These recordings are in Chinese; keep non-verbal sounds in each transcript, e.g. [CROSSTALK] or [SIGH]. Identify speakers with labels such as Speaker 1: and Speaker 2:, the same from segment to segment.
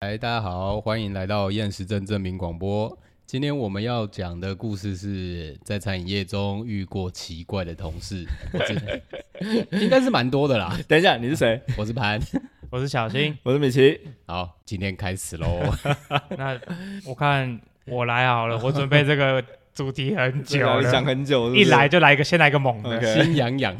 Speaker 1: 嗨，哎大家好，欢迎来到厌食症证明广播。今天我们要讲的故事是在餐饮业中遇过奇怪的同事，我知应该是蛮多的啦。
Speaker 2: 等一下，你是谁？
Speaker 1: 我是潘，
Speaker 3: 我是小
Speaker 2: [LAUGHS]
Speaker 3: 新。
Speaker 2: 我是米奇。
Speaker 1: 好，今天开始喽。
Speaker 3: 那我看我来好了，我准备这个主题很久
Speaker 2: [LAUGHS] 对啊你想
Speaker 3: 了，
Speaker 2: 很久是不是嗯
Speaker 3: 一来就来一个，先来一个猛的。 [LAUGHS]
Speaker 2: ，OK，
Speaker 1: 心痒痒，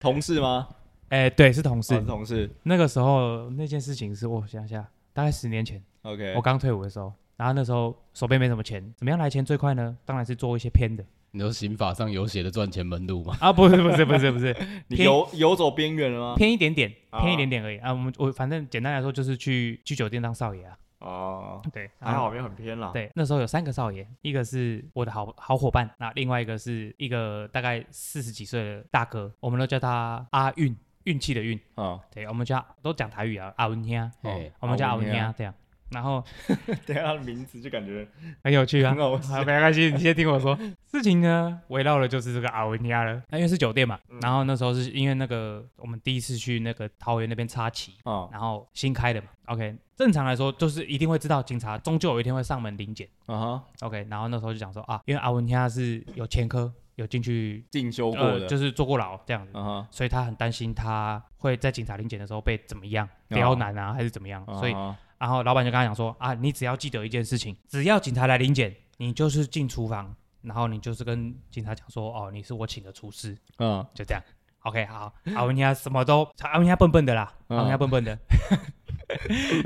Speaker 2: 同事吗？
Speaker 3: 哎，对，是同
Speaker 2: 哦
Speaker 3: 事。
Speaker 2: 同事。
Speaker 3: 那个时候那件事情是我想一下，大概十年前，
Speaker 2: OK，
Speaker 3: 我刚退伍的时候。然后那时候手边没什么钱，怎么样来钱最快呢？当然是做一些偏的
Speaker 2: [LAUGHS]
Speaker 1: 你说刑法上有写的赚钱门路吗？
Speaker 3: 啊，不是不是不是不是，
Speaker 2: 你
Speaker 3: 偏
Speaker 2: 游游走边缘了吗？
Speaker 3: 偏一点点，
Speaker 2: 啊
Speaker 3: 偏一点点而已啊。我们我反正简单来说就是去去酒店当少爷啊，
Speaker 2: 哦，
Speaker 3: 对，
Speaker 2: 还好没有很偏啦。，
Speaker 3: 对，那时候有三个少爷，一个是我的好好伙伴，那另外一个是一个大概四十几岁的大哥，我们都叫他阿运，运气的运。
Speaker 2: 啊，
Speaker 3: 对，我们叫都讲台语啊，阿文兄，
Speaker 1: 哎
Speaker 3: 我们叫阿文
Speaker 2: 阿文
Speaker 3: 兄这样。然后
Speaker 2: 等一下他的名字就感觉
Speaker 3: 很有趣啊
Speaker 2: 很，好
Speaker 3: [LAUGHS] 好，
Speaker 2: 笑。
Speaker 3: 没关系，你先听我说。 [LAUGHS] 事情呢，围绕的就是这个阿文尼亚了。那因为是酒店嘛，然后那时候是因为那个我们第一次去那个桃园那边插旗，
Speaker 2: 啊
Speaker 3: 然后新开的嘛。OK，正常来说就是一定会知道，警察终究有一天会上门临检。
Speaker 2: 啊哈，
Speaker 3: OK，然后那时候就讲说啊，因为阿文他是有前科，有进去
Speaker 2: 进修过
Speaker 3: 呃，
Speaker 2: 的
Speaker 3: 就是坐过牢这样子，
Speaker 2: 啊哈，
Speaker 3: 所以他很担心他会在警察临检的时候被怎么样
Speaker 2: 哦
Speaker 3: 刁难啊，还是怎么样。
Speaker 2: 啊哈
Speaker 3: 所以，然后老板就跟他讲说啊，你只要记得一件事情，只要警察来临检，你就是进厨房，然后你就是跟警察讲说哦，你是我请的厨师，
Speaker 2: 嗯，
Speaker 3: 就这样。OK，好，阿文他什么都，阿文他笨笨的啦，
Speaker 2: 嗯
Speaker 3: 阿文他笨
Speaker 2: [LAUGHS]
Speaker 3: 笨的，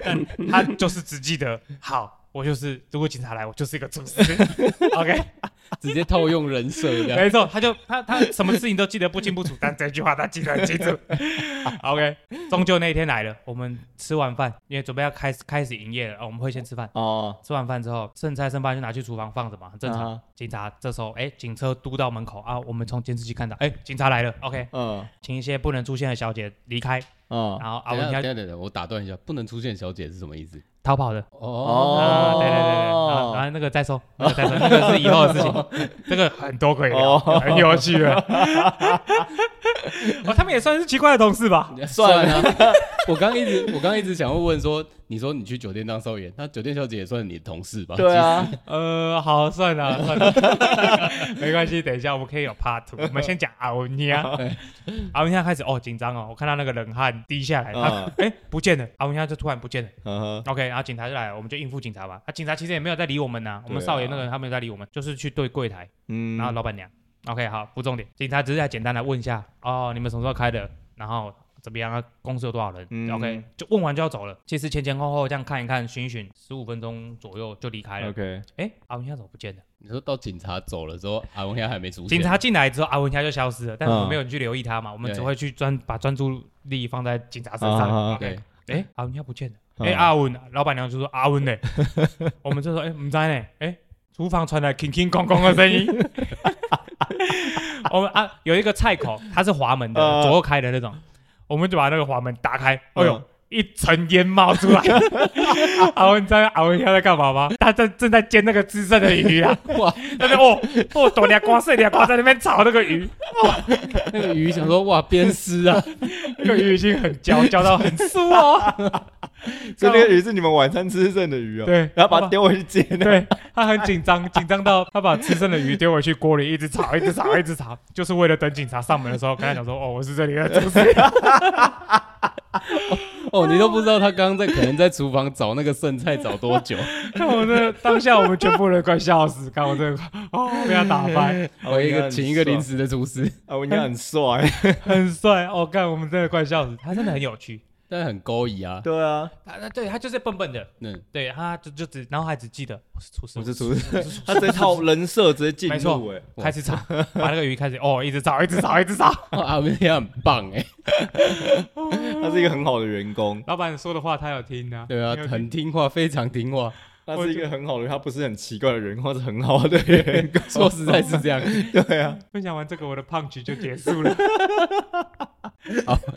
Speaker 3: 但他就是只记得好，我就是如果警察来，我就是一个厨
Speaker 2: [LAUGHS]
Speaker 3: 师。OK，
Speaker 1: 直接套用人设这样。
Speaker 3: 没错，他就他他什么事情都记得不清不楚，但这句话他记得很清
Speaker 2: [LAUGHS]
Speaker 3: 楚。OK，终究那一天来了，我们吃完饭，因为准备要开始开始营业了、哦我们会先吃饭。
Speaker 2: 哦，
Speaker 3: 吃完饭之后，剩菜剩饭就拿去厨房放着嘛，很正常。
Speaker 2: 啊
Speaker 3: 警察这时候，哎，警车嘟到门口啊，我们从监视器看到，哎，警察来了。OK，
Speaker 2: 哈。嗯
Speaker 3: 请一些不能出现的小姐离开，
Speaker 2: 嗯，
Speaker 3: 然后阿
Speaker 1: 等一
Speaker 3: 文
Speaker 1: 下等一
Speaker 3: 要
Speaker 1: 下等一下，我打断一下，不能出现小姐是什么意思？
Speaker 3: 逃跑的。
Speaker 1: 哦， [LAUGHS]
Speaker 3: 啊，对对对对，
Speaker 2: 哦
Speaker 3: 然后然后那个再说，那个再说，那个是以后的事
Speaker 1: 哦
Speaker 3: 情，这个很多可以聊，很有趣啊。哦，他们也算是奇怪的同事吧？
Speaker 1: 算了。我刚一直我刚一直想要问说，你说你去酒店当少爷，那酒店小姐也算你的同事吧？
Speaker 2: 对啊，
Speaker 3: 呃，好，算了算了，
Speaker 1: [LAUGHS]
Speaker 3: 没关系，等一下我们可以有 part two，我们先讲阿文尼亚。
Speaker 1: 哦
Speaker 3: 阿文尼亚开始哦紧张哦，我看到那个冷汗滴下
Speaker 1: 哦
Speaker 3: 来，他
Speaker 2: 嗯
Speaker 3: 哎不见了，阿文尼亚就突然不见了。
Speaker 2: 嗯
Speaker 3: OK，然后警察就来了，我们就应付警察吧。啊，警察其实也没有在理我们呐、我们
Speaker 2: 对啊
Speaker 3: 少爷那个人他没有在理我们，就是去对柜台。
Speaker 2: 嗯
Speaker 3: 然后老板娘。OK，好，不重点。警察只是来简单来问一下，哦，你们什么时候开的？然后怎么样？啊？公司有多少人、
Speaker 2: 嗯
Speaker 3: o k 就问完就要走了。其实前前后后这样看一看，巡一巡，十五分钟左右就离开了。
Speaker 2: OK，
Speaker 3: 哎、阿文虾怎么不见了？
Speaker 1: 你说到警察走了之后，阿文现还没出现。
Speaker 3: 警察进来之后，阿文虾就消失了，但是我们
Speaker 2: 嗯
Speaker 3: 没有人去留意他嘛，我们只
Speaker 1: 对
Speaker 3: 会去专把专注力放在警察身
Speaker 2: 啊啊
Speaker 3: 上。
Speaker 2: 啊
Speaker 3: OK，
Speaker 1: 对，
Speaker 3: 哎、阿文虾不见了。哎、
Speaker 2: 嗯
Speaker 3: 阿文，老板娘就说阿
Speaker 2: [LAUGHS]
Speaker 3: 文呢、我们就说哎，唔、知呢、哎、厨房传来叮叮咣咣的
Speaker 2: [LAUGHS]
Speaker 3: 声音。我们啊有一个菜口，它是滑门的，
Speaker 2: 呃
Speaker 3: 左右开的那种，我们就把那个滑门打开，哎呦。
Speaker 2: 嗯
Speaker 3: 一层烟冒
Speaker 2: [LAUGHS]
Speaker 3: 出来，阿文你知道阿文现在在干嘛吗？他在正在煎那个滋生的
Speaker 2: [LAUGHS]
Speaker 3: 鱼啊！
Speaker 1: 哇
Speaker 3: 哇，那边哦哦，多俩光碎俩光在那边炒那个鱼，
Speaker 1: 那个鱼想说哇鞭尸
Speaker 3: [LAUGHS]
Speaker 1: 啊，
Speaker 3: 那个鱼已经很焦焦到很酥哦。
Speaker 2: 所以那个鱼是你们晚餐吃剩的鱼哦，
Speaker 3: 对，
Speaker 2: [LAUGHS] 然后把它丢回去煎的。
Speaker 3: 对他很紧张，紧张到他把吃剩的鱼丢回去锅里，一直炒，一直炒，一直炒，就是为了等警察上门的时候跟他讲说：“哦，我是这里的厨师。
Speaker 1: 哦，你都不知道他刚刚在可能在厨房找那个剩菜找多
Speaker 3: [LAUGHS]
Speaker 1: 久，”
Speaker 3: 看我这当下我们全部人快笑死，看我这个哦被他打败，
Speaker 1: 我一
Speaker 2: 应该
Speaker 1: 个
Speaker 2: 哦很
Speaker 1: 请一个
Speaker 2: 爽
Speaker 1: 临时的厨师，
Speaker 2: 啊，我应该很帅。
Speaker 3: 很帅哦，看我们真的快笑死，他真的很有趣。
Speaker 1: 但很勾引啊。
Speaker 2: [LAUGHS] 对啊，
Speaker 3: 他他对他就是笨笨的，
Speaker 1: 嗯，
Speaker 3: 对他就就只然后还只记得我是厨师，
Speaker 2: 我是
Speaker 3: 师，
Speaker 2: 厨师，他
Speaker 1: [LAUGHS]
Speaker 2: 这套人设直接进
Speaker 3: 没
Speaker 2: 入
Speaker 3: 错
Speaker 2: 哎，
Speaker 3: 开始炒，把那个鱼开始哦一直炒，一直炒，一直炒。
Speaker 1: 哇阿文也很棒哎，
Speaker 2: 他是一个很好的员工，
Speaker 3: [LAUGHS] 老板说的话他有听呢，
Speaker 1: 对啊
Speaker 3: 你有，听
Speaker 1: 很听话，非常听
Speaker 3: [LAUGHS]
Speaker 1: 话，
Speaker 2: 他
Speaker 3: 我
Speaker 2: 是一
Speaker 3: 觉
Speaker 2: 个很好的，他不是很奇怪的员工，他是很好的员工。
Speaker 1: 说实在是这
Speaker 3: [LAUGHS]
Speaker 1: 样。
Speaker 2: 对啊，
Speaker 3: 分享完这个，我的胖局就结束了。 [LAUGHS]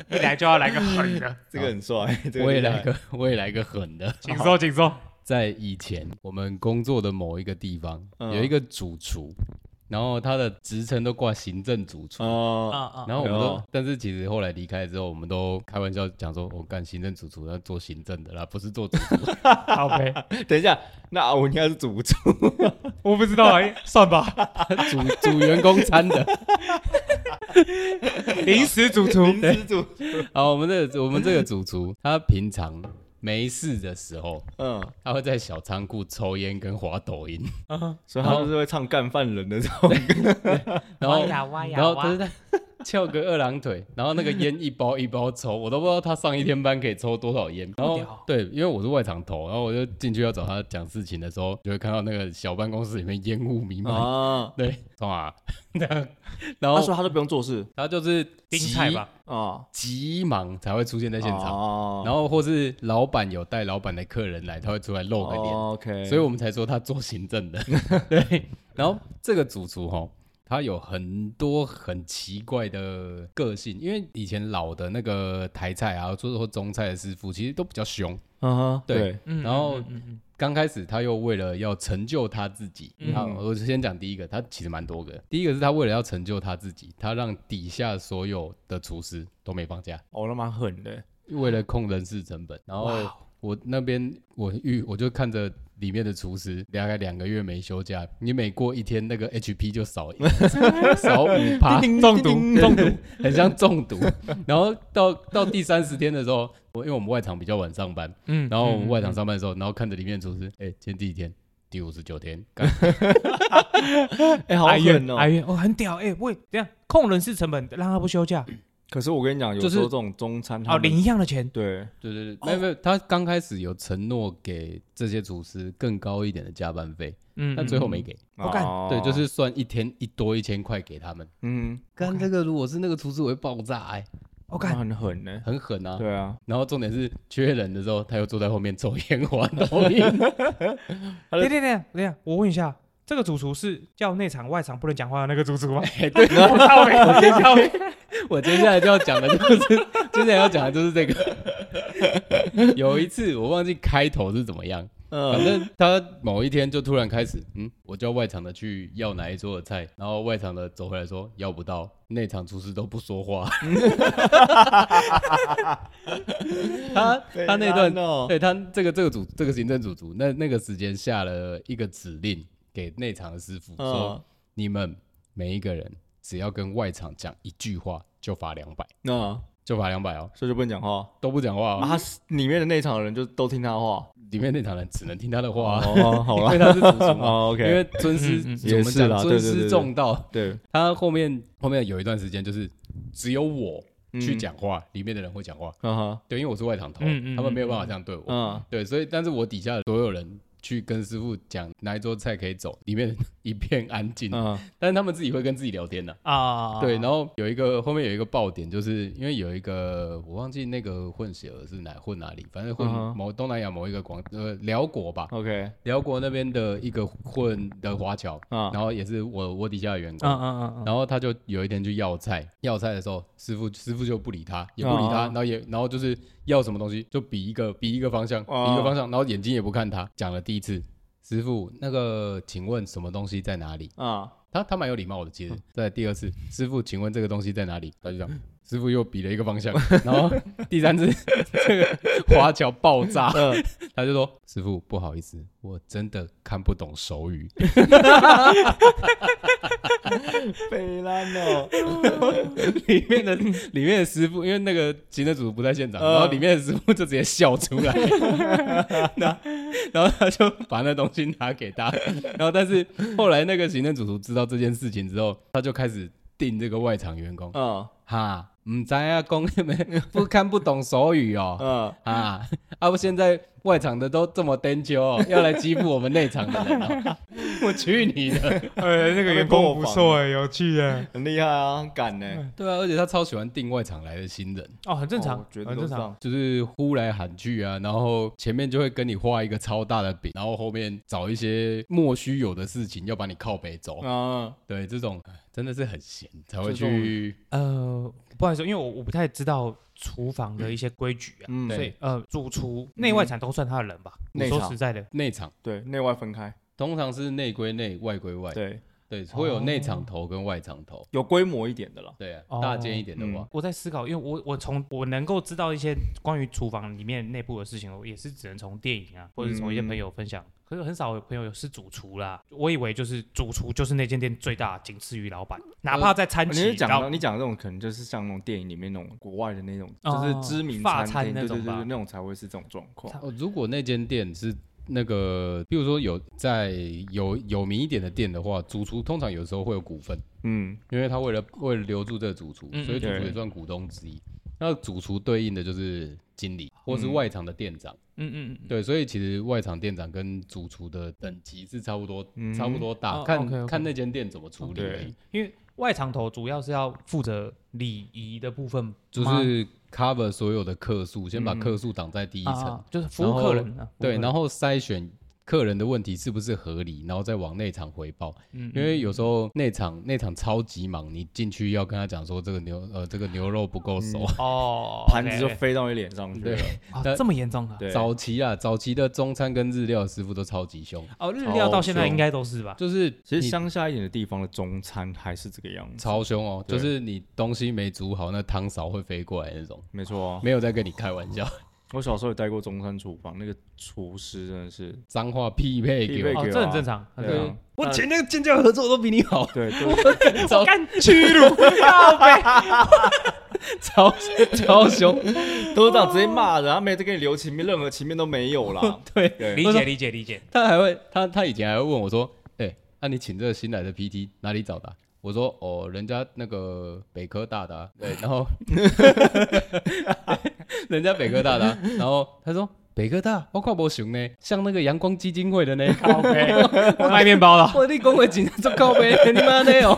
Speaker 3: 一来就要来个狠的，
Speaker 2: [LAUGHS] 这个很帅，这个
Speaker 1: 我也
Speaker 2: 厉害
Speaker 1: 来。个，我也来个狠的。
Speaker 3: 请说，请说。
Speaker 1: 在以前我们工作的某一个地方，
Speaker 2: 嗯
Speaker 1: 有一个主厨，然后他的职称都挂行政主厨。
Speaker 3: 啊
Speaker 2: 哦，
Speaker 3: 啊，
Speaker 1: 然后我们
Speaker 2: 哎
Speaker 1: 都
Speaker 2: 呦，
Speaker 1: 但是其实后来离开之后，我们都开玩笑讲说，我干行政主厨，他做行政的啦，不是做主厨。
Speaker 3: 好呗，
Speaker 2: 等一下，那阿文应该是主厨，
Speaker 3: 我不知道哎，算吧，
Speaker 1: 煮煮员工餐的。
Speaker 3: 临时主厨，
Speaker 2: 临时主，
Speaker 1: 好，我们这个我们这个主厨，他平常没事的时候，
Speaker 2: 嗯，
Speaker 1: 他会在小仓库抽烟跟滑抖音，
Speaker 3: 嗯
Speaker 2: 所以他就是会唱干饭人的这 [LAUGHS] 种，
Speaker 1: 然后
Speaker 3: 挖呀挖呀
Speaker 1: 然后
Speaker 3: 挖
Speaker 1: 他是在 [LAUGHS] 翘个二郎腿，然后那个烟一包一包抽，我都不知道他上一天班可以抽多少烟。然
Speaker 3: 么
Speaker 1: 后
Speaker 3: 屌
Speaker 1: 对，因为我是外场头，然后我就进去要找他讲事情的时候，就会看到那个小办公室里面烟雾弥漫。
Speaker 2: 啊，
Speaker 1: 对，干
Speaker 3: [LAUGHS]
Speaker 1: 嘛？然
Speaker 2: 他
Speaker 1: 后
Speaker 2: 说他都不用做事
Speaker 1: 他就是
Speaker 3: 冰
Speaker 1: 急
Speaker 3: 菜吧，哦
Speaker 2: 啊，
Speaker 1: 急忙才会出现在现场。
Speaker 2: 场
Speaker 1: 然后或是老板有带老板的客人来，他会出来露个
Speaker 3: 哦
Speaker 1: 脸，
Speaker 2: 哦，OK，
Speaker 1: 所以我们才说他做行政
Speaker 3: [LAUGHS]
Speaker 1: 的。对，然后这个主厨哈，他有很多很奇怪的个性，因为以前老的那个台菜啊，或者说中菜的师傅，其实都比较凶。
Speaker 2: 嗯哼，
Speaker 1: 对
Speaker 2: 对，
Speaker 3: 嗯
Speaker 1: 然后
Speaker 3: 嗯嗯嗯
Speaker 1: 刚开始他又为了要成就他自己，
Speaker 3: 嗯
Speaker 1: 好，我就先讲第一个，他其实蛮多个。第一个是他为了要成就他自己，他让底下所有的厨师都没放假。
Speaker 2: 哦，那蛮狠的，
Speaker 1: 为了控人事成本，然后
Speaker 2: 哇
Speaker 1: 我那边我遇我就看着里面的厨师大概两个月没休假，你每过一天那个 HP 就少少五趴，
Speaker 3: 嗯中毒中毒，
Speaker 1: [LAUGHS] 很像中毒。然后到到第三十天的时候，我因为我们外场比较晚上班，
Speaker 3: 嗯
Speaker 1: 然后我们外场上班的时候，然后看着里面的厨师，哎、今天第几天？第五十九天，干
Speaker 2: 哎，好
Speaker 3: 哀怨
Speaker 2: 狠哦
Speaker 3: 哀。怨哦，很屌哎，喂，这样控人事成本，让他不休假，
Speaker 2: 可是我跟你讲，有
Speaker 1: 就是
Speaker 2: 时候这种中餐他
Speaker 3: 哦，
Speaker 2: 们，
Speaker 3: 领一样的钱，
Speaker 2: 对，
Speaker 1: [LAUGHS] 对对对，没有没有，他刚开始有承诺给这些厨师更高一点的加班费，
Speaker 3: 嗯，
Speaker 1: 但最后没给。
Speaker 3: 我干
Speaker 2: 哦
Speaker 1: 对，就是算一天一多一千块给他们。
Speaker 2: 嗯，
Speaker 1: 干这个，如果是那个厨师，我会爆炸哎、
Speaker 2: 那
Speaker 3: 我哦干，
Speaker 2: 很狠呢。
Speaker 1: 很狠啊。
Speaker 2: 对啊，
Speaker 1: 然后重点是缺人的时候，他又坐在后面抽烟 [LAUGHS] 玩抖音。
Speaker 2: 他的
Speaker 3: 等一下等一下等一下，我问一下，这个主厨是叫内场外场不能讲话的那个主厨吗？
Speaker 1: 哎对，
Speaker 3: 我 [LAUGHS] 靠北，我靠北
Speaker 1: 我接下来就要讲的就是，接下来要讲的就是这个。 [LAUGHS] 有一次我忘记开头是怎么样，反
Speaker 2: 嗯，
Speaker 1: 正他某一天就突然开始，嗯，我叫外场的去要哪一桌的菜，然后外场的走回来说要不到，内场厨师都不说
Speaker 2: [LAUGHS]
Speaker 1: 话。他他那段
Speaker 2: 哦，
Speaker 1: 对他这个这个组这个行政组组，那那个时间下了一个指令给内场的师傅，说
Speaker 2: 嗯，
Speaker 1: 你们每一个人只要跟外场讲一句话，就罚两百，
Speaker 2: 那
Speaker 1: 就罚两百哦，
Speaker 2: 所以就不能讲话。
Speaker 1: 都不讲话哦，
Speaker 2: 啊，他里面的内场的人就都听他话。
Speaker 1: 里面内场人只能听他的话，
Speaker 2: 哦， [LAUGHS] 好
Speaker 1: 因
Speaker 2: 了
Speaker 1: 为，他是主厨嘛。
Speaker 2: 哦
Speaker 1: 因
Speaker 2: ，OK，
Speaker 1: 为尊师
Speaker 3: 嗯嗯嗯，
Speaker 1: 我
Speaker 2: 也
Speaker 1: 们
Speaker 2: 是
Speaker 1: 讲
Speaker 2: 啦
Speaker 1: 尊
Speaker 2: 对对对
Speaker 1: 师
Speaker 2: 对
Speaker 1: 重道。
Speaker 2: 对，
Speaker 1: 他后面后面有一段时间就是只有我去
Speaker 2: 嗯，
Speaker 1: 讲话，里面的人会讲话。
Speaker 2: 嗯哼，
Speaker 1: 对，因为我是外场头，
Speaker 3: 嗯嗯
Speaker 1: 他们没有办法
Speaker 3: 嗯嗯
Speaker 1: 这样对我。
Speaker 2: 嗯，
Speaker 1: 对，所以但是我底下的所有人去跟师傅讲哪一桌菜可以走，里面一片安静，
Speaker 2: 嗯，
Speaker 1: 但是他们自己会跟自己聊天的、
Speaker 3: 啊，
Speaker 1: 对，然后有一个后面有一个爆点，就是因为有一个我忘记那个混血儿是哪混哪里，反正混
Speaker 2: 嗯哼
Speaker 1: 某东南亚某一个广呃辽国吧，
Speaker 2: ，OK，
Speaker 1: 辽国那边的一个混的华侨， [LAUGHS]
Speaker 2: 啊，
Speaker 1: 然后也是我我底下的员工，
Speaker 3: 嗯嗯嗯嗯，
Speaker 1: 然后他就有一天去要菜，要菜的时候，师傅师傅就不理他，也不理他，
Speaker 2: 哦
Speaker 1: 然后也然后就是要什么东西就比一个比一个方向，
Speaker 2: 哦
Speaker 1: 比一个方向，然后眼睛也不看他。讲了第一次，师傅那个请问什么东西在哪里？
Speaker 2: 啊，
Speaker 1: 他他蛮有礼貌的，其实。再来第二次，师傅请问这个东西在哪里？他就这样，师傅又比了一个方向，然后第三次这个华侨爆炸，
Speaker 2: 嗯，
Speaker 1: 他就说师傅不好意思，我真的看不懂手语。
Speaker 2: 北兰哦，
Speaker 1: [LAUGHS] 里面的里面的师傅，因为那个行政组不在现场，
Speaker 2: 嗯
Speaker 1: 然后里面的师傅就直接笑出来，然后然后他就把那东西拿给他，然后但是后来那个行政主厨知道这件事情之后，他就开始定这个外场员工，
Speaker 2: [LAUGHS] 嗯
Speaker 1: 哈，唔知啊，公们不看不懂手语哦，
Speaker 2: 嗯，
Speaker 1: 啊啊，我现在外场的都这么颠秋哦，要来欺负我们内场的人哦， [LAUGHS] 我去你的！
Speaker 3: 呃，那个员工不错哎，有趣哎，
Speaker 2: 很厉害啊，很敢呢，
Speaker 1: 对啊，而且他超喜欢定外场来的新人。
Speaker 3: 哦，很正常
Speaker 2: 哦，绝对
Speaker 3: 很正
Speaker 2: 都
Speaker 3: 常，
Speaker 2: 上，
Speaker 1: 就是呼来喊去啊，然后前面就会跟你画一个超大的饼，然后后面找一些莫须有的事情要把你靠北走。
Speaker 2: 啊，
Speaker 1: 对，这种唉真的是很闲才会
Speaker 2: 这种
Speaker 1: 去。
Speaker 3: 呃，不好意思，因为我我不太知道厨房的一些规矩啊，
Speaker 2: 嗯，
Speaker 1: 对
Speaker 3: 所以呃，主厨内外场都算他的人吧？我
Speaker 2: 内
Speaker 3: 说
Speaker 2: 场
Speaker 3: 实在的，
Speaker 1: 内场
Speaker 2: 对，内外分开，
Speaker 1: 通常是内归内，外归外。
Speaker 2: 对，
Speaker 1: 对，会有内场头跟外场头，
Speaker 2: 有规模一点的啦。
Speaker 1: 对啊
Speaker 3: 哦，
Speaker 1: 大间一点的话，
Speaker 2: 嗯
Speaker 3: 我在思考，因为我我从我能够知道一些关于厨房里面内部的事情，我也是只能从电影啊，或者是从一
Speaker 2: 嗯
Speaker 3: 些朋友分享。可是很少有朋友是主厨啦，我以为就是主厨就是那间店最大，仅次于老板，哪怕在餐
Speaker 2: 呃哦你
Speaker 3: 企，
Speaker 2: 是讲
Speaker 3: 然后
Speaker 2: 到你讲的这种，可能就是像那种电影里面那种国外的那种，
Speaker 3: 哦
Speaker 2: 就是知名
Speaker 3: 法
Speaker 2: 餐
Speaker 3: 餐
Speaker 2: 厅，
Speaker 3: 那
Speaker 2: 对对对，
Speaker 3: 种吧
Speaker 2: 对那种才会是这种状况。
Speaker 1: 哦，如果那间店是那个，比如说有在有有名一点的店的话，主厨通常有时候会有股份，
Speaker 2: 嗯，
Speaker 1: 因为他为了为了留住这个主厨，
Speaker 3: 嗯
Speaker 1: 所以主厨
Speaker 2: 对
Speaker 1: 也算股东之一。那主厨对应的就是经理或是外场的店长，
Speaker 3: 嗯嗯嗯，
Speaker 1: 对，所以其实外场店长跟主厨的等级是差不多，
Speaker 2: 嗯
Speaker 1: 差不多大，
Speaker 3: 哦
Speaker 1: 看
Speaker 3: OK，OK
Speaker 1: 看那间店怎么处理而已，
Speaker 3: 因为外场头主要是要负责礼仪的部分吗，
Speaker 1: 就是 cover 所有的客数，先把客数挡在第一层，
Speaker 3: 嗯啊，就是服务客人啊，
Speaker 1: 对，然
Speaker 3: 后
Speaker 1: 后筛选客人的问题是不是合理，然后再往内场回报。
Speaker 3: 嗯
Speaker 1: 因为有时候内场内场超级忙，你进去要跟他讲说这个牛呃这个牛肉不
Speaker 3: 嗯
Speaker 1: 够熟。
Speaker 3: 哦，
Speaker 2: [LAUGHS] 盘子就
Speaker 3: OK，
Speaker 2: 飞到你脸上去
Speaker 1: 对
Speaker 2: 了。
Speaker 3: 啊
Speaker 1: 但
Speaker 3: 这么严重啊？
Speaker 2: 对，
Speaker 1: 早期啊，早期的中餐跟日料的师傅都超级
Speaker 2: [LAUGHS]
Speaker 1: 凶，
Speaker 3: 哦，日料到现在
Speaker 2: 超
Speaker 3: 应该都是吧？
Speaker 1: 就是
Speaker 2: 其实
Speaker 1: 你
Speaker 2: 乡下一点的地方的中餐还是这个样子。
Speaker 1: 超凶哦，
Speaker 2: 对
Speaker 1: 就是你东西没煮好，那汤勺会飞过来那种，
Speaker 2: 没错啊，
Speaker 1: 没有在跟你开玩
Speaker 2: 哦
Speaker 1: 笑，
Speaker 2: 我小时候也待过中餐厨房，那个厨师真的是，
Speaker 1: 脏话匹配给
Speaker 2: 匹配
Speaker 1: 我。
Speaker 2: 给我
Speaker 3: 哦，这很正常，很正
Speaker 2: 对
Speaker 3: 常
Speaker 2: 啊。，
Speaker 1: 我前那个建教合作都比你
Speaker 2: [LAUGHS]
Speaker 1: 好，
Speaker 2: 对，对
Speaker 3: [LAUGHS]
Speaker 1: 超
Speaker 3: 干屈辱，靠背
Speaker 1: 超超凶。
Speaker 2: 都是这样直接骂的，他没再给你留情面，任何情面都没有啦。
Speaker 1: 对
Speaker 2: 对，
Speaker 3: 理解理解理 [LAUGHS] 解，
Speaker 1: 他还会，他他以前还会问我说，哎、那、你请这个新来的 PT 哪里找的啊、我说哦，人家那个北科大的啊、
Speaker 2: [LAUGHS]
Speaker 1: 对，然后 [LAUGHS] 人家北科大的啊、然后他说北科大我看不行呢，像那个阳光基金会
Speaker 2: [LAUGHS]
Speaker 1: 的呢， [LAUGHS]
Speaker 3: 靠背 [LAUGHS] 卖面包了。
Speaker 1: 我的工会紧张靠背，你妈的哦，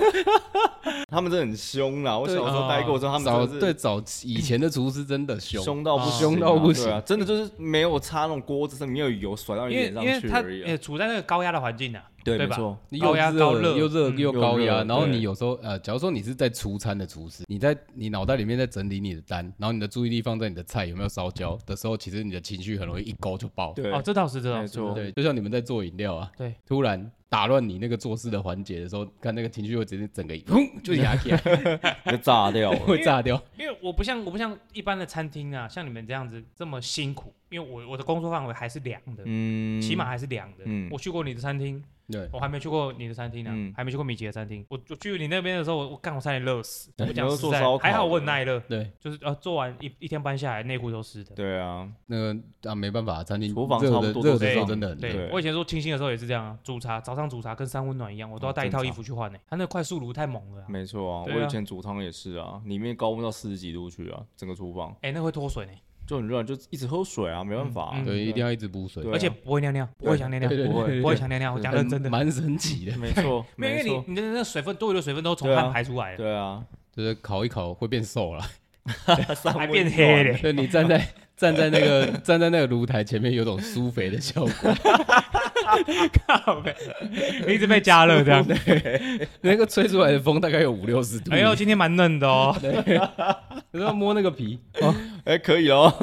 Speaker 2: 他们真的很凶啦。我小时候待过之 [LAUGHS] 后，他
Speaker 1: 早
Speaker 2: 们真的
Speaker 1: 对早以前的厨师真的
Speaker 2: 是
Speaker 1: 凶，
Speaker 2: 凶到不
Speaker 3: 啊
Speaker 2: 行啊
Speaker 1: 凶到不
Speaker 2: 对啊，真的就是没有擦那种锅子上面有油甩到你
Speaker 3: 因为
Speaker 2: 脸
Speaker 3: 因
Speaker 2: 上
Speaker 3: 为
Speaker 2: 去
Speaker 3: 他哎
Speaker 2: 而已啊。
Speaker 3: 也处在那个高压的环境啊，
Speaker 2: 对，
Speaker 3: 对
Speaker 2: 没
Speaker 3: 吧
Speaker 2: 错，
Speaker 1: 你
Speaker 3: 高
Speaker 1: 又
Speaker 3: 压
Speaker 1: 热
Speaker 3: 高热
Speaker 1: 又热
Speaker 3: 嗯
Speaker 1: 又高
Speaker 2: 又
Speaker 1: 压，
Speaker 2: 热
Speaker 1: 然后
Speaker 2: 对
Speaker 1: 你有时候呃，假如说你是在出餐的厨师，你在你脑袋里面在整理你的单，然后你的注意力放在你的菜有没有烧焦的时候，其实你的情绪很容易一勾就爆。
Speaker 2: 对
Speaker 3: 哦，
Speaker 2: [LAUGHS]
Speaker 3: 这倒是这倒
Speaker 2: 没
Speaker 3: 是真
Speaker 2: 错
Speaker 3: 的，
Speaker 1: 对，就像你们在做饮料啊，
Speaker 3: 对，
Speaker 1: 突然打乱你那个做事的环节的时候，看那个情绪会直接整个砰就压起来，
Speaker 2: 就炸掉
Speaker 3: [LAUGHS]
Speaker 2: 了。
Speaker 1: 会炸掉。
Speaker 3: 因为我不像我不像一般的餐厅啊，像你们这样子这么辛苦，因为我我的工作范围还是凉的，
Speaker 2: 嗯，
Speaker 3: 起码还是凉的
Speaker 2: 嗯。
Speaker 3: 我去过你的餐厅，
Speaker 1: 对，
Speaker 3: 我还没去过你的餐厅
Speaker 2: 嗯
Speaker 3: 呢，还没去过米奇的餐厅。我我去你那边的时候，我我干我差点热死。
Speaker 2: 对
Speaker 3: 我讲
Speaker 2: 你都
Speaker 3: 实
Speaker 2: 做
Speaker 3: 在
Speaker 2: 烧，烤
Speaker 3: 还好我很
Speaker 2: 的
Speaker 3: 耐热，
Speaker 1: 对，
Speaker 3: 就是呃做完一一天班下来，内裤都湿的。
Speaker 2: 对啊，
Speaker 1: 那个啊没办法，餐厅
Speaker 2: 厨房
Speaker 1: 热
Speaker 2: 差不
Speaker 1: 的
Speaker 2: 多
Speaker 1: 热
Speaker 2: 都是
Speaker 1: 的
Speaker 2: 这
Speaker 1: 时候
Speaker 2: 样
Speaker 1: 真的很热。
Speaker 3: 对
Speaker 2: 对
Speaker 3: 我以前做清新的时候也是这样啊，煮茶早上煮茶跟三温暖一样，我都要带一套
Speaker 2: 哦正
Speaker 3: 衣
Speaker 2: 常
Speaker 3: 服去换呢、他那快速炉太猛了、啊，
Speaker 2: 没错啊。
Speaker 3: 对啊
Speaker 2: 我以前煮汤也是啊，里面高温到四十几度去啊，整个厨房
Speaker 3: 哎、那会脱水呢、
Speaker 2: 就很热，就一直喝水啊，没办法啊。
Speaker 3: 嗯嗯
Speaker 1: 对，一定要一直补水
Speaker 2: 对啊。
Speaker 3: 而且不会尿尿，不
Speaker 2: 对
Speaker 3: 会想尿尿，
Speaker 1: 对对
Speaker 2: 不会
Speaker 1: 对
Speaker 3: 不会
Speaker 1: 对
Speaker 3: 想尿尿。我讲
Speaker 1: 很
Speaker 3: 认真的，
Speaker 1: 蛮神奇的，
Speaker 2: 没错，
Speaker 3: 没
Speaker 2: 没
Speaker 3: 有，[LAUGHS] 因为
Speaker 2: 错，
Speaker 3: 你你的那水分多余的水分都从
Speaker 2: 对啊
Speaker 3: 汗排出来了，
Speaker 2: 对
Speaker 3: [LAUGHS]
Speaker 2: 啊， [LAUGHS]
Speaker 1: 就是烤一烤会变瘦了。
Speaker 3: 还变黑嘞。
Speaker 1: 对你站在站在那个站在那个炉台前面，有种酥肥的效果。
Speaker 3: [LAUGHS]
Speaker 1: [LAUGHS]
Speaker 3: 靠北一直被加热
Speaker 2: [LAUGHS]
Speaker 3: 这样。
Speaker 1: 那个吹出来的风大概有五六十度。
Speaker 3: 哎呦，今天蛮嫩的哦。
Speaker 1: 你要摸那个皮，
Speaker 2: 哎，可以哦，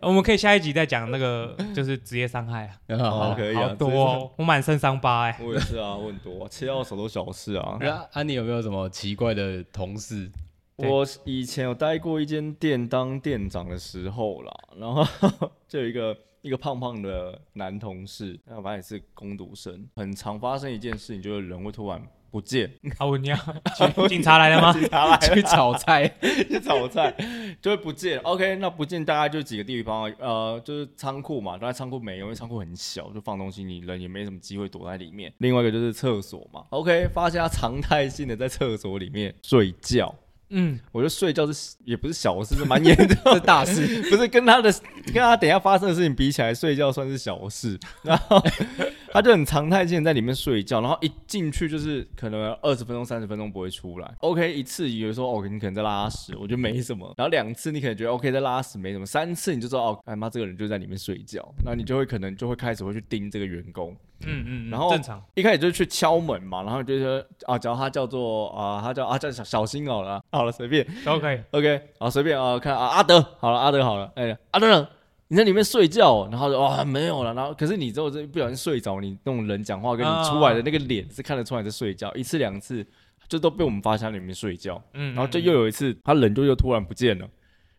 Speaker 3: 我们可以下一集再讲那个就是职业伤害啊，
Speaker 1: 好。
Speaker 2: 嗯可以啊
Speaker 3: 好多哦，我满身伤疤
Speaker 2: [LAUGHS]
Speaker 3: 哎。
Speaker 2: [LAUGHS] 我也是啊，我很多啊切到手都小事啊。
Speaker 1: 那安妮有没有什么奇怪的同
Speaker 3: [LAUGHS]
Speaker 1: 事？
Speaker 3: 对
Speaker 2: 我以前有待过一间店当店长的时候啦， [LAUGHS] 然后就有一个一个胖胖的男同事，那反正也是工读生，很常发生一件事情，就是人会突然不见， [LAUGHS]
Speaker 3: 好，啊我尿，警 [LAUGHS] 警察来了吗？
Speaker 2: 警察来
Speaker 1: 去炒菜， [LAUGHS]
Speaker 2: 去炒菜就会不见。OK，那不见大概就几个地方啊，呃，就是仓库嘛，当然仓库没有，因为仓库很小，就放东西，你人也没什么机会躲在里面。另外一个就是厕所嘛，OK，发现他常态性的在厕所里面睡觉。
Speaker 3: 嗯，
Speaker 2: 我觉得睡觉是也不是小事，是蛮严重
Speaker 1: 这大事。
Speaker 2: [LAUGHS] 不是跟他的跟他等一下发生的事情比起来，睡觉算是小事。然后他就很常态性地在里面睡觉，然后一进去就是可能二十分钟、三十分钟不会出来。OK，一次以为说哦，你可能在拉屎，我觉得没什么。然后两次你可能觉得 OK 在拉屎没什么，三次你就知道哦，哎妈，这个人就在里面睡觉，那你就会可能就会开始会去盯这个员工。
Speaker 3: 嗯嗯，嗯
Speaker 2: 然后
Speaker 3: 正常，
Speaker 2: 一开始就去敲门嘛，然后就说啊，只要他叫做啊，他叫啊叫小小新好了，好了随便。
Speaker 3: 都可以。
Speaker 2: OK，好，随便啊，看啊，阿德，好了，阿德好了，哎、阿德呢？你在里面睡觉，然后就哇没有了，然后可是你之后这不小心睡着，你那种人讲话跟
Speaker 3: 啊
Speaker 2: 你出来的那个脸是看得出来在睡觉，一次两次就都被我们发现在里面睡觉，
Speaker 3: 嗯，
Speaker 2: 然后就又有一次他人就又突然不见了。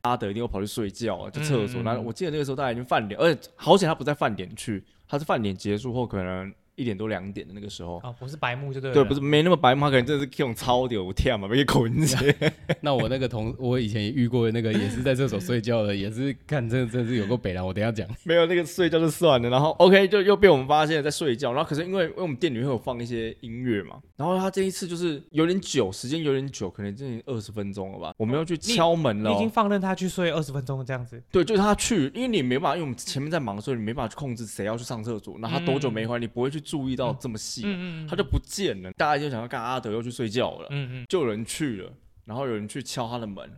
Speaker 2: 阿德一定又跑去睡觉啊，就厕所。
Speaker 3: 嗯嗯嗯
Speaker 2: 那、我记得那个时候大概已经饭点，而且好险他不在饭点去，他是饭点结束后可能一点多两点的那个时候。
Speaker 3: 哦，不是白目就对了，
Speaker 2: 对，不是没那么白嘛，他可能真的是用超的，我天啊，被捆起来。
Speaker 1: 那我那个同，我以前也遇过那个，也是在厕所睡觉的，也是看这真是有个北狼，我等一下讲。
Speaker 2: 没有那个睡觉就算了，然后 OK 就又被我们发现在睡觉，然后可是因为因为我们店里面会有放一些音乐嘛，然后他这一次就是有点久，时间有点久，可能已经二十分钟了吧，我们要去敲门了
Speaker 3: 你已
Speaker 2: 哦、
Speaker 3: 经放任他去睡二十分钟这样子，
Speaker 2: 对，就是他去，因为你没办法，因为我们前面在忙，所以你没办法去控制谁要去上厕所，那他多久
Speaker 3: 嗯
Speaker 2: 没回来，你不会去注意到这么细，
Speaker 3: 嗯嗯，
Speaker 2: 他就不见了，大家就想要干阿德又去睡觉了，
Speaker 3: 嗯嗯
Speaker 2: 就有人去了，然后有人去敲他的门，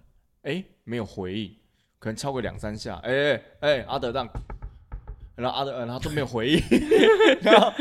Speaker 2: 哎，没有回应，可能敲个两三下，哎哎哎，阿德这样，然后阿德，呃然后都没有回
Speaker 3: [LAUGHS]
Speaker 2: 应，然后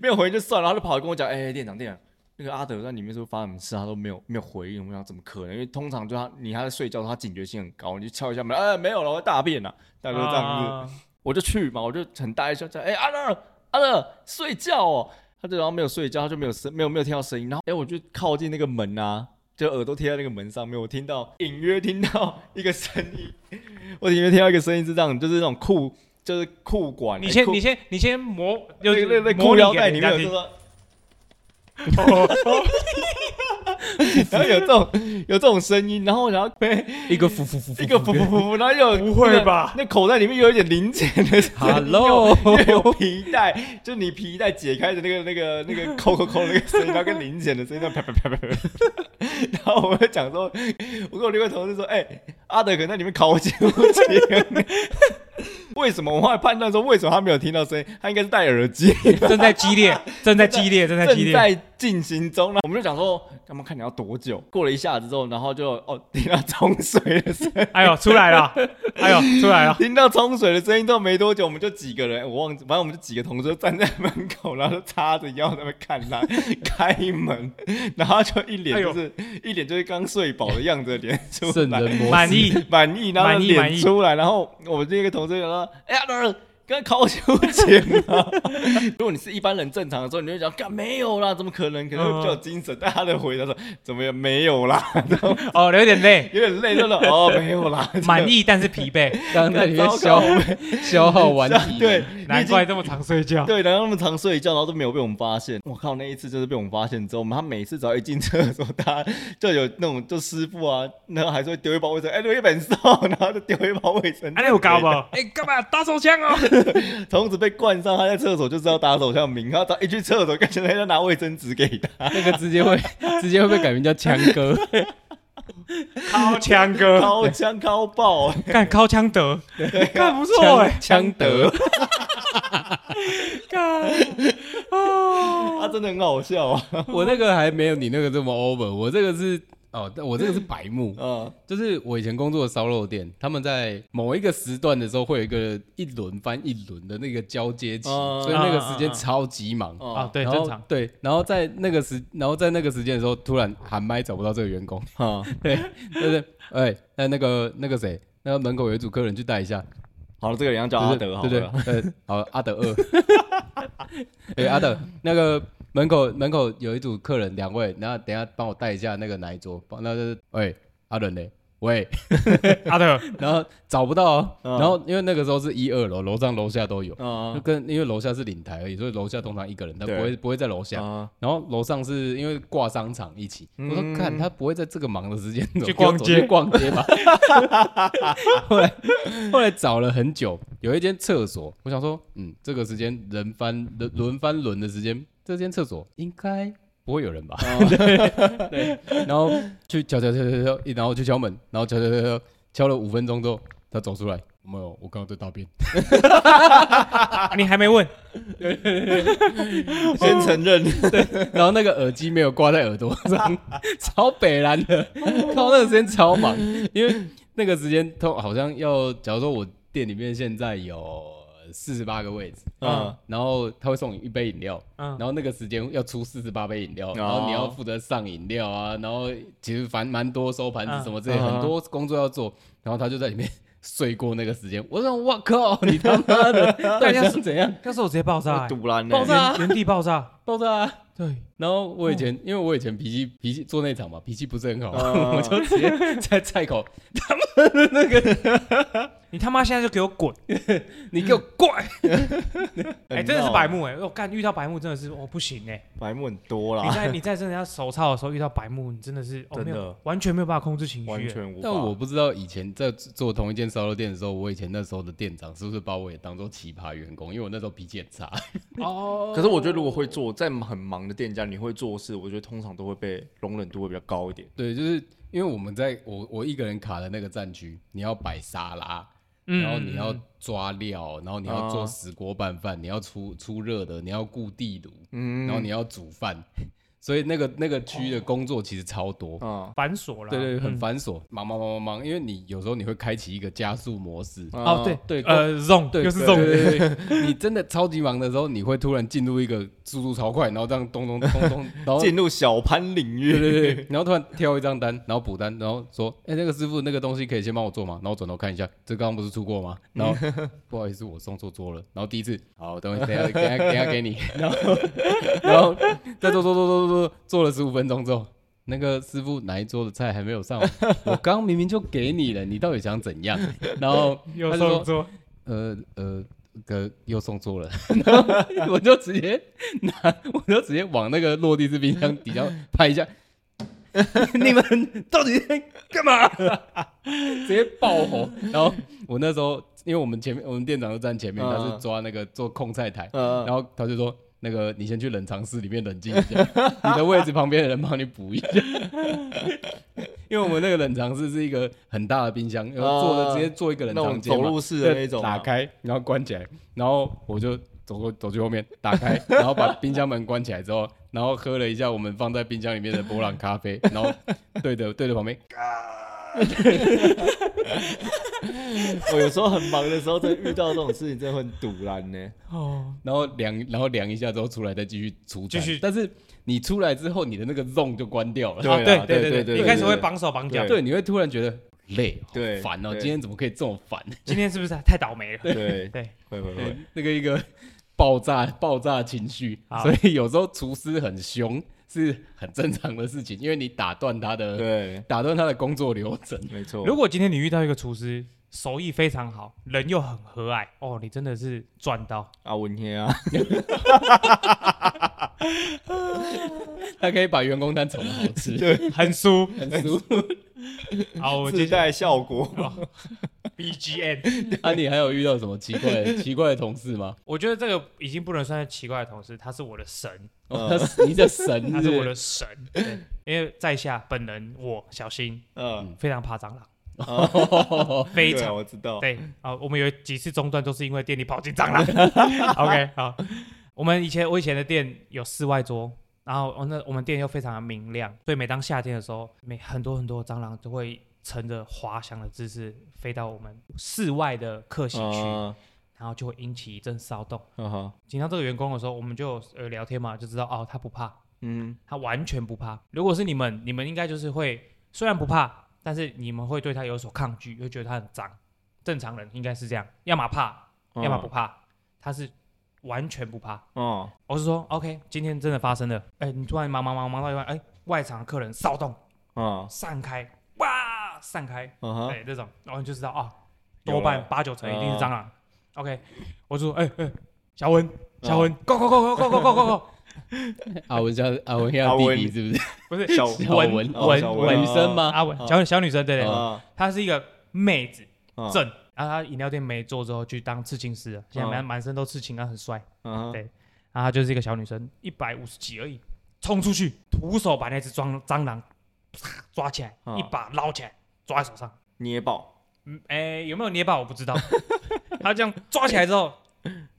Speaker 2: 没有回应就算了，然后就跑来跟我讲，哎，店长店长，那个阿德在里面是不是发生什么事，他都没有没有回应，我想怎么可能？因为通常就他你还在睡觉，他警觉性很高，你就敲一下门，哎，没有了，我要大便了、大概就这样子。
Speaker 3: 啊
Speaker 2: 我就去嘛，我就很大一声叫，哎、阿乐阿乐睡觉哦，他就然后没有睡觉，他就没有声，没有没有听到声音，然后哎、我就靠近那个门啊，就耳朵贴在那个门上面，我听到隐约听到一个声音， [LAUGHS] 我隐约听到一个声音是这样，就是那种裤就是裤管，
Speaker 3: 你
Speaker 2: 哎
Speaker 3: 先
Speaker 2: 裤
Speaker 3: 你先你先磨，
Speaker 2: 那
Speaker 3: 就
Speaker 2: 个那个那个
Speaker 3: 模
Speaker 2: 裤
Speaker 3: 拟
Speaker 2: 腰
Speaker 3: 给
Speaker 2: 带里
Speaker 3: 人
Speaker 2: 面有这
Speaker 3: 家听
Speaker 2: 个。 [LAUGHS] 然后有这种有这种声音，然后然后被
Speaker 1: 一个服服服服，
Speaker 2: 一个噗噗噗噗，然后又有
Speaker 3: 不会吧
Speaker 2: 那个那口袋里面有一点零钱的声音
Speaker 1: Hello
Speaker 2: 又有又有皮带，就你皮带解开的那个那个那个扣扣扣的那个声音，然后跟零钱的声音，然后啪啪啪啪啪。 [LAUGHS] 然后我就讲说，我跟我另外一个同事说，哎、阿德可能在里面考酒精。 [LAUGHS] 为什么我后来判断说，为什么他没有听到声音？他应该是戴耳机。
Speaker 3: 正在激
Speaker 2: [LAUGHS]
Speaker 3: 烈，正在激烈，正在激
Speaker 2: 正
Speaker 3: 烈。
Speaker 2: 在进行中呢，我们就想说，干嘛看你要多久？过了一下子之后，然后就哦，听到冲水的声音，
Speaker 3: 哎呦，出来
Speaker 2: [LAUGHS]
Speaker 3: 了！哎呦，出来了！
Speaker 2: 听到冲水的声音之后没多久，我们就几个人，我忘记，反正我们就几个同事就站在门口，然后就叉着腰在那边看他 [LAUGHS] 开门，然后就一
Speaker 3: 哎
Speaker 2: 脸就是、一脸就是刚睡饱的样子的脸
Speaker 1: [LAUGHS]
Speaker 2: 出
Speaker 1: 圣
Speaker 2: 来，
Speaker 1: 人模式
Speaker 3: 满意，
Speaker 2: 满意，然后
Speaker 3: 满意满
Speaker 2: 脸
Speaker 3: 意
Speaker 2: 出来，然后我们这个同事就说：“哎呀，那刚考秋千啊！” [LAUGHS] 如果你是一般人正常的时候，你就会讲：“干没有啦，怎么可能？”可能会比较有精神。大家的回答说：“怎么也没有啦，
Speaker 3: 哦，有点累，
Speaker 2: 有点累了了。”哦，没有啦，
Speaker 3: 满意但是疲惫，
Speaker 1: 刚刚在里面消
Speaker 3: [LAUGHS]
Speaker 1: 消耗完体，
Speaker 2: [LAUGHS] 对，
Speaker 3: 难
Speaker 2: 你已经
Speaker 3: 怪这么常睡觉。
Speaker 2: [LAUGHS] 对，然后他们常睡觉，然后都没有被我们发现。我靠，那一次就是被我们发现之后，我们他每次只要一进厕所，他就有那种就师傅啊，然后还是会丢一包卫生，哎、留一本扫，然后就丢一包卫生纸。
Speaker 3: 哎，那有
Speaker 2: [LAUGHS]
Speaker 3: 搞不？哎，干嘛打手枪哦？
Speaker 2: 从此被冠上他在厕所就知道打手枪的名号，他一去厕所，感觉人家拿卫生纸给他，
Speaker 1: 那个直接会直接会被改名叫枪哥，
Speaker 3: 靠枪哥，
Speaker 2: 掏枪掏爆，
Speaker 3: [LAUGHS] 干靠枪德，干不错哎，
Speaker 1: 枪枪德，
Speaker 3: 干哦，
Speaker 2: 他真的很好笑啊。
Speaker 1: 我那个还没有你那个这么 over，我这个是哦，但我这个是白目，
Speaker 3: [LAUGHS]
Speaker 2: 嗯，
Speaker 1: 就是我以前工作的烧肉店，他们在某一个时段的时候会有一个一轮翻一轮的那个交接期，
Speaker 2: 嗯
Speaker 1: 所以那个时
Speaker 3: 嗯嗯
Speaker 1: 间
Speaker 3: 嗯
Speaker 1: 超级忙。
Speaker 3: [LAUGHS] 啊
Speaker 2: 哦，，
Speaker 3: 对，
Speaker 1: 然
Speaker 3: 正
Speaker 1: 后
Speaker 3: 常。
Speaker 1: 对，然后在那个时，然后在那个时间的时候，突然喊麦找不到这个员工， [LAUGHS]
Speaker 2: 好，
Speaker 1: 对，对不对？哎，那那个那个谁，那个门口有一组客人去带一下，
Speaker 2: 好了，这个人要叫
Speaker 1: 就
Speaker 2: 阿
Speaker 1: 是
Speaker 2: 德好
Speaker 1: 对
Speaker 2: 了。
Speaker 1: 对，呃，好，阿德二， [LAUGHS] 哎、阿德，那个门口门口有一组客人两位，然后等一下帮我带一下那个哪一桌，帮那个喂阿伦嘞，喂， [LAUGHS]
Speaker 3: 阿德，
Speaker 1: 然后找不到、哦，
Speaker 2: 嗯
Speaker 1: 然后因为那个时候是一二楼，楼上楼下都有，就
Speaker 2: 嗯
Speaker 1: 跟因为楼下是领台而已，所以楼下通常一个人，他不
Speaker 2: 对
Speaker 1: 会不会在楼下。
Speaker 2: 啊，
Speaker 1: 然后楼上是因为挂商场一起，我说
Speaker 2: 嗯
Speaker 1: 看他不会在这个忙的时间走
Speaker 3: 去逛
Speaker 1: 给我走
Speaker 3: 街
Speaker 1: 去逛街吧。 [LAUGHS] 后来后来找了很久，有一间厕所，我想说，嗯，这个时间人翻轮轮翻轮的时间，这间厕所应该不会有人吧？ [LAUGHS] 对对，然后去敲敲敲敲敲，然后去敲门，然后敲敲敲敲，敲了五分钟之后，他走出来，没有，我刚刚在大便。
Speaker 3: 啊你还没问，
Speaker 2: 先承认，
Speaker 3: [LAUGHS]
Speaker 1: 然后那个耳机没有挂在耳朵上， [LAUGHS] 超北蓝的，靠，那个时间超忙，因为那个时间通好像要，假如说我店里面现在有四十八个位置，
Speaker 3: 哎
Speaker 2: 嗯
Speaker 1: 然后他会送你一杯饮料，
Speaker 3: 嗯
Speaker 1: 然，后那个时间要出四十八杯饮料，然后你
Speaker 2: 哦
Speaker 1: 要负责上饮料啊，然后其实反蛮多收盘子什么之类，
Speaker 2: 嗯
Speaker 1: 很多工作要做，然后他就在里面 [LAUGHS] 睡过那个时间。我说我靠，你他妈的到底想怎样？
Speaker 3: 那时候我直接爆炸、欸，
Speaker 2: 啊堵拦呢
Speaker 1: 爆，炸
Speaker 3: 原地爆炸，
Speaker 1: 爆炸、啊！
Speaker 3: [LAUGHS] 对，
Speaker 1: 然后我以前、因为我以前脾气脾气做那场嘛，脾气不是很好，[LAUGHS]
Speaker 2: 哦
Speaker 1: 我就直接在菜口，
Speaker 3: 你他妈现在就给我滚！
Speaker 1: 你给我过来！
Speaker 3: 哎、
Speaker 2: 很
Speaker 3: 真的是
Speaker 2: 闹
Speaker 3: 白目哎、我干遇到白目真的是我、哦、不行哎、
Speaker 2: 白目很多
Speaker 3: 你
Speaker 2: 啦，
Speaker 3: 在你在真的要手操的时候遇到白目，你真的是哦
Speaker 2: 真的
Speaker 3: 没有完全没有办法控制情绪、
Speaker 2: 完
Speaker 3: 欸，
Speaker 2: 全无法。
Speaker 1: 但我不知道以前在做同一间烧肉店的时候，我以前那时候的店长是不是把我也当做奇葩员工？因为我那时候脾气很
Speaker 2: [LAUGHS]
Speaker 1: 差。
Speaker 3: 哦。
Speaker 2: 可是我觉得，如果会做在很忙的店家，你会做事，我觉得通常都会被容忍度会比较高一点。
Speaker 1: 对，就是因为我们在我我一个人卡的那个战区，你要摆沙拉，
Speaker 3: 嗯
Speaker 1: 然后你要抓料，然后你要做
Speaker 2: 哦
Speaker 1: 石锅拌饭，你要出出热的，你要顾地炉，
Speaker 2: 嗯哦
Speaker 1: 然后你要煮饭，所以那个那个区的工作其实超多。
Speaker 2: 啊
Speaker 3: 繁琐了，
Speaker 1: 对对，很
Speaker 3: 嗯
Speaker 1: 繁琐，忙忙忙忙忙，因为你有时候你会开启一个加速模式，
Speaker 2: 嗯
Speaker 3: 哦，对
Speaker 1: 对
Speaker 3: 呃，zone
Speaker 1: 对，
Speaker 3: 又是
Speaker 1: 对
Speaker 3: zone，
Speaker 1: 对对对 [LAUGHS] 你真的超级忙的时候，你会突然进入一个速度超快，然后这样咚咚咚
Speaker 3: [LAUGHS]
Speaker 1: 咚，然后
Speaker 2: 进入小潘领
Speaker 1: 对
Speaker 2: 域，
Speaker 1: 对对，然后突然挑一张单，然后补单，然后说：“哎、那个师傅，那个东西可以先帮我做吗？”然后转头看一下，这刚刚不是出过吗？然后不好意思，我送错桌了。然后第一次，好，等会等一下等一下等一下给你。 [LAUGHS] 然后然后再做做做做做做，做了十五分钟之后，那个师傅哪一桌的菜还没有上 [LAUGHS] 完？我刚明明就给你了，你到底想怎 [LAUGHS] 样？然后
Speaker 3: 又
Speaker 1: 他就说
Speaker 3: 送桌，
Speaker 1: 呃呃，个又送错了， [LAUGHS] 然后我就直接拿，我就直接往那个落地式冰箱底下拍一 [LAUGHS] 下，你们到底在干 [LAUGHS] 嘛？直接爆吼！然后我那时候，因为我们前面我们店长就站前面，他是
Speaker 2: 嗯
Speaker 1: 抓那个做控菜台，
Speaker 2: 呃，
Speaker 3: 嗯
Speaker 1: 然后他就说。那个，你先去冷藏室里面冷静一下，
Speaker 2: [LAUGHS]
Speaker 1: 你的位置旁边的人帮你补一下，因为我们那个冷藏室是一个很大的冰箱，然后做的直接做一个
Speaker 2: 那
Speaker 1: 冷
Speaker 2: 种
Speaker 1: 藏间
Speaker 2: 走
Speaker 1: 嘛，
Speaker 2: 路式的那
Speaker 1: 就
Speaker 2: 种
Speaker 1: 打
Speaker 2: 啊，
Speaker 1: 开，然后关起来，然后我就走过走去后面打开， [LAUGHS] 然后把冰箱门关起来之后，然后喝了一下我们放在冰箱里面的波朗咖
Speaker 2: [LAUGHS]
Speaker 1: 啡，然后对着对着旁边，
Speaker 2: [LAUGHS] 我有时候很忙的时候，真的遇到这种事情，真的会很堵然呢。
Speaker 3: 哦，
Speaker 1: 然后量然后量一下之后出来再继续出
Speaker 3: 继
Speaker 1: 餐
Speaker 3: 续
Speaker 1: 但是你出来之后你的那个 zone 就关掉了，
Speaker 2: 对
Speaker 3: 对
Speaker 2: 啦
Speaker 3: 对
Speaker 2: 对对
Speaker 3: 对，
Speaker 2: 对
Speaker 3: 一开始
Speaker 2: 对
Speaker 3: 会
Speaker 2: 对
Speaker 3: 绑手绑脚，
Speaker 2: 对
Speaker 1: 对，你会突然觉得累，好
Speaker 2: 对
Speaker 1: 烦哦，
Speaker 2: 对
Speaker 1: 今天怎么可以这么烦？
Speaker 3: 今天是不是太倒霉了？
Speaker 2: 对，
Speaker 3: 对，
Speaker 2: 会会会，
Speaker 1: 那个一个爆炸爆炸情绪
Speaker 3: 好，
Speaker 1: 所以有时候厨师很凶是很正常的事情，因为你打断他的
Speaker 2: 对，
Speaker 1: 打断他的工作流程。 [LAUGHS]
Speaker 2: 没错。
Speaker 3: 如果今天你遇到一个厨师，手艺非常好，人又很和蔼，哦，你真的是
Speaker 2: [LAUGHS]
Speaker 3: 赚到。
Speaker 2: 啊，文天啊，
Speaker 1: 他可以把员工餐炒的好 [LAUGHS] 吃，
Speaker 3: 很酥，
Speaker 1: [LAUGHS] 很舒服。
Speaker 3: 好，我接
Speaker 2: 自
Speaker 3: 下来
Speaker 2: 带效果，
Speaker 3: BGM。
Speaker 1: 啊，你还有遇到什么奇怪 [LAUGHS] 的奇怪的同事吗？
Speaker 3: 我觉得这个已经不能算是奇怪的同事，他是我的神，
Speaker 1: 哦，他是你的神，
Speaker 3: 他
Speaker 1: 是
Speaker 3: 是
Speaker 1: 不是
Speaker 3: 我的神。对因为在下本人我小新
Speaker 2: 嗯，
Speaker 3: 非常怕蟑螂，
Speaker 1: [LAUGHS] 哦
Speaker 3: 嗯 [LAUGHS] 非
Speaker 2: 对啊
Speaker 3: 常
Speaker 2: 我知道，
Speaker 3: 对啊，我们有几次中断都是因为店里跑进蟑螂。OK，好，我们以前我以前的店有室外桌，然后哦那我们店又非常的明亮，所以每当夏天的时候，每很多很多蟑螂都会乘着滑翔的姿势飞到我们室外的客席区，
Speaker 2: 嗯，
Speaker 3: 然后就会引起一阵骚动。
Speaker 2: 嗯哼
Speaker 3: 请到这个员工的时候，我们就有呃聊天嘛，就知道哦他不怕，
Speaker 2: 嗯，
Speaker 3: 他完全不怕。如果是你们，你们应该就是会虽然不怕，但是你们会对他有所抗拒，会觉得他很脏。正常人应该是这样，要么怕，
Speaker 2: 嗯
Speaker 3: 要么不，怕。他是完全不怕。
Speaker 2: 嗯，
Speaker 3: 我是说，OK，今天真的发生了，哎、你突然忙忙忙忙到一半，哎、外场客人骚动，
Speaker 2: 嗯，
Speaker 3: 散开，哇，散开，
Speaker 2: 嗯
Speaker 3: 哎、
Speaker 2: 哼，
Speaker 3: 这种，然后你就知道啊，
Speaker 2: 有
Speaker 3: 多半
Speaker 2: 了
Speaker 3: 八九成一定是
Speaker 2: 嗯
Speaker 3: 蟑螂。OK，我就说，哎、哎、小文，
Speaker 2: 嗯
Speaker 3: 小文、g o go go go go go go go go，
Speaker 2: [LAUGHS]
Speaker 1: 阿文家阿文家
Speaker 2: 阿
Speaker 1: 弟
Speaker 2: 文
Speaker 1: 弟是不是？
Speaker 3: 不是
Speaker 2: 小
Speaker 1: 小
Speaker 3: 文
Speaker 1: 文
Speaker 3: 文
Speaker 2: 小
Speaker 1: 女
Speaker 2: 文
Speaker 1: 生吗？
Speaker 3: 阿文，
Speaker 2: 啊
Speaker 3: 小小女生，对对对
Speaker 2: 啊，
Speaker 3: 她是一个妹子，
Speaker 2: 嗯
Speaker 3: 正。然后她饮料店没做之后去当刺青师了，现在满
Speaker 2: 嗯
Speaker 3: 满身都刺青，她很帅。
Speaker 2: 嗯
Speaker 3: 对然后她就是一个小女生，一百五十几而已，冲出去，徒手把那只蟑蟑螂啪抓起来，
Speaker 2: 嗯
Speaker 3: 一把捞起来，抓在手上。
Speaker 2: 捏爆，
Speaker 3: 嗯，哎，有没有捏爆我不知道。 [LAUGHS] 她这样抓起来之后，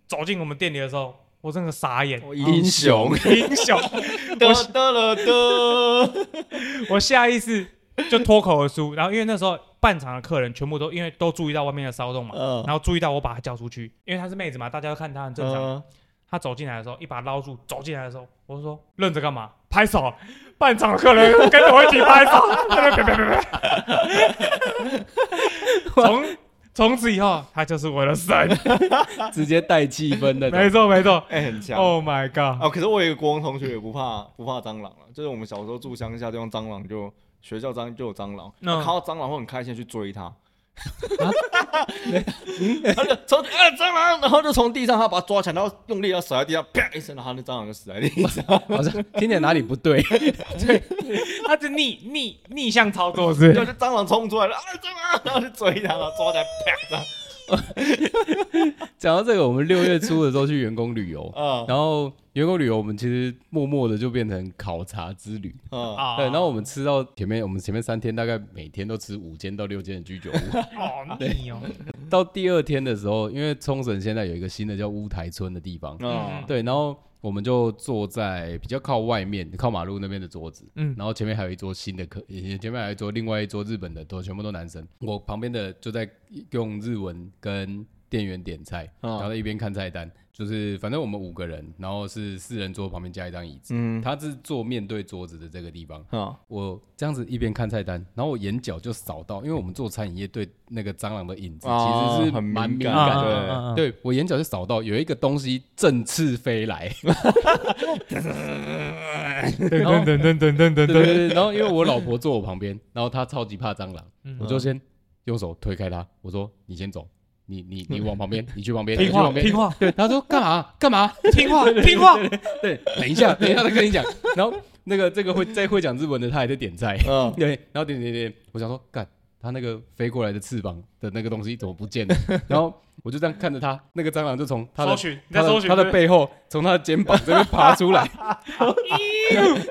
Speaker 3: 走进我们店里的时候，我真的傻眼，
Speaker 1: 英雄， [LAUGHS]
Speaker 3: 英雄！
Speaker 2: [LAUGHS] 得得了得，
Speaker 3: 我下意识就脱口而出，然后因为那时候半场的客人全部都因为都注意到外面的骚动嘛，
Speaker 2: [LAUGHS] 嗯 [LAUGHS]
Speaker 3: 然后注意到我把她叫出去，因为她是妹子嘛，大家都看她很正常。
Speaker 2: 嗯
Speaker 3: 她走进来的时候，一把捞住，走进来的时候，我就说愣着干嘛？拍手，半场的客人跟 [LAUGHS] 着我一起拍手，别别别别别，从从此以后他就是我的神。
Speaker 1: [LAUGHS] 直接带气氛的。
Speaker 3: 没错没错
Speaker 2: 哎、很强。
Speaker 3: ，Oh my god！
Speaker 2: 哦，可是我有一个国文同学也不怕不怕蟑螂了，就是我们小时候住乡下，地方蟑螂就学校蟑就有蟑螂，他
Speaker 3: 嗯
Speaker 2: 看到蟑螂会很开心地去追它。 [LAUGHS] 他就从啊蟑螂，然后就从地上，他把它抓起来，然后用力要甩在地上，啪一声，然后那蟑螂就死在地上。 [LAUGHS]
Speaker 1: 好像听起来哪里不对，
Speaker 3: 他是逆逆逆向操作是
Speaker 2: 就是蟑螂冲出来了，啊蟑螂，然后就追它，然后抓起来啪这样。
Speaker 1: 讲到这个，我们六月初的时候去员工旅
Speaker 3: [LAUGHS]
Speaker 1: 游，
Speaker 2: 嗯
Speaker 3: 哦
Speaker 1: 然后员工旅游我们其实默默的就变成考察之旅。
Speaker 2: 嗯，
Speaker 3: 啊
Speaker 1: 对，然后我们吃到前面，我们前面三天大概每天都吃五间到六间的居酒
Speaker 3: [LAUGHS]
Speaker 1: 屋。
Speaker 3: 哦你
Speaker 1: [LAUGHS]
Speaker 3: 哦，
Speaker 1: 到第二天的时候，因为冲绳现在有一个新的叫乌台村的地方，
Speaker 2: 嗯
Speaker 1: 对，然后我们就坐在比较靠外面、靠马路那边的桌子，
Speaker 3: 嗯
Speaker 1: 然后前面还有一桌新的客，也前面还有一桌另外一桌日本的，都全部都男生。我旁边的就在用日文跟店员点菜，
Speaker 2: 嗯
Speaker 1: 然后在一边看菜单，就是反正我们五个人，然后是四人桌旁边加一张椅子，
Speaker 2: 嗯
Speaker 1: 他是坐面对桌子的这个地方。
Speaker 2: 啊
Speaker 1: 我这样子一边看菜单，然后我眼角就扫到，因为我们做餐饮业对那个蟑螂的影子
Speaker 2: 啊
Speaker 1: 其实是
Speaker 2: 很敏
Speaker 1: 蛮敏
Speaker 2: 感
Speaker 1: 感的，
Speaker 2: 对
Speaker 3: 啊，
Speaker 1: 对我眼角就扫到有一个东西振翅飞来，
Speaker 3: 噔噔噔噔噔噔
Speaker 1: 对对
Speaker 3: 噔
Speaker 1: 对，然后因为我老婆坐我旁边，然后她超级怕蟑螂，
Speaker 3: 嗯
Speaker 1: 我就先用手推开她，我说你先走，你你你往旁边，你去旁边，你去
Speaker 3: 听话
Speaker 1: 旁边，
Speaker 3: 听话
Speaker 1: 对，她说干嘛干嘛？
Speaker 3: 听话听话，
Speaker 1: 哎对，等一下等一下再跟你讲，然后那个这个会再会讲日文的他还在点菜，
Speaker 2: 嗯，
Speaker 1: 对，然后点点点，我想说干。他那个飞过来的翅膀的那个东西怎么不见了？然后我就这样看着他，那个蟑螂就从他的
Speaker 3: 搜寻你
Speaker 1: 他
Speaker 3: 在搜
Speaker 1: 的
Speaker 3: 寻
Speaker 1: 他的
Speaker 3: 对不对
Speaker 1: 背后从他的肩膀这边爬出来，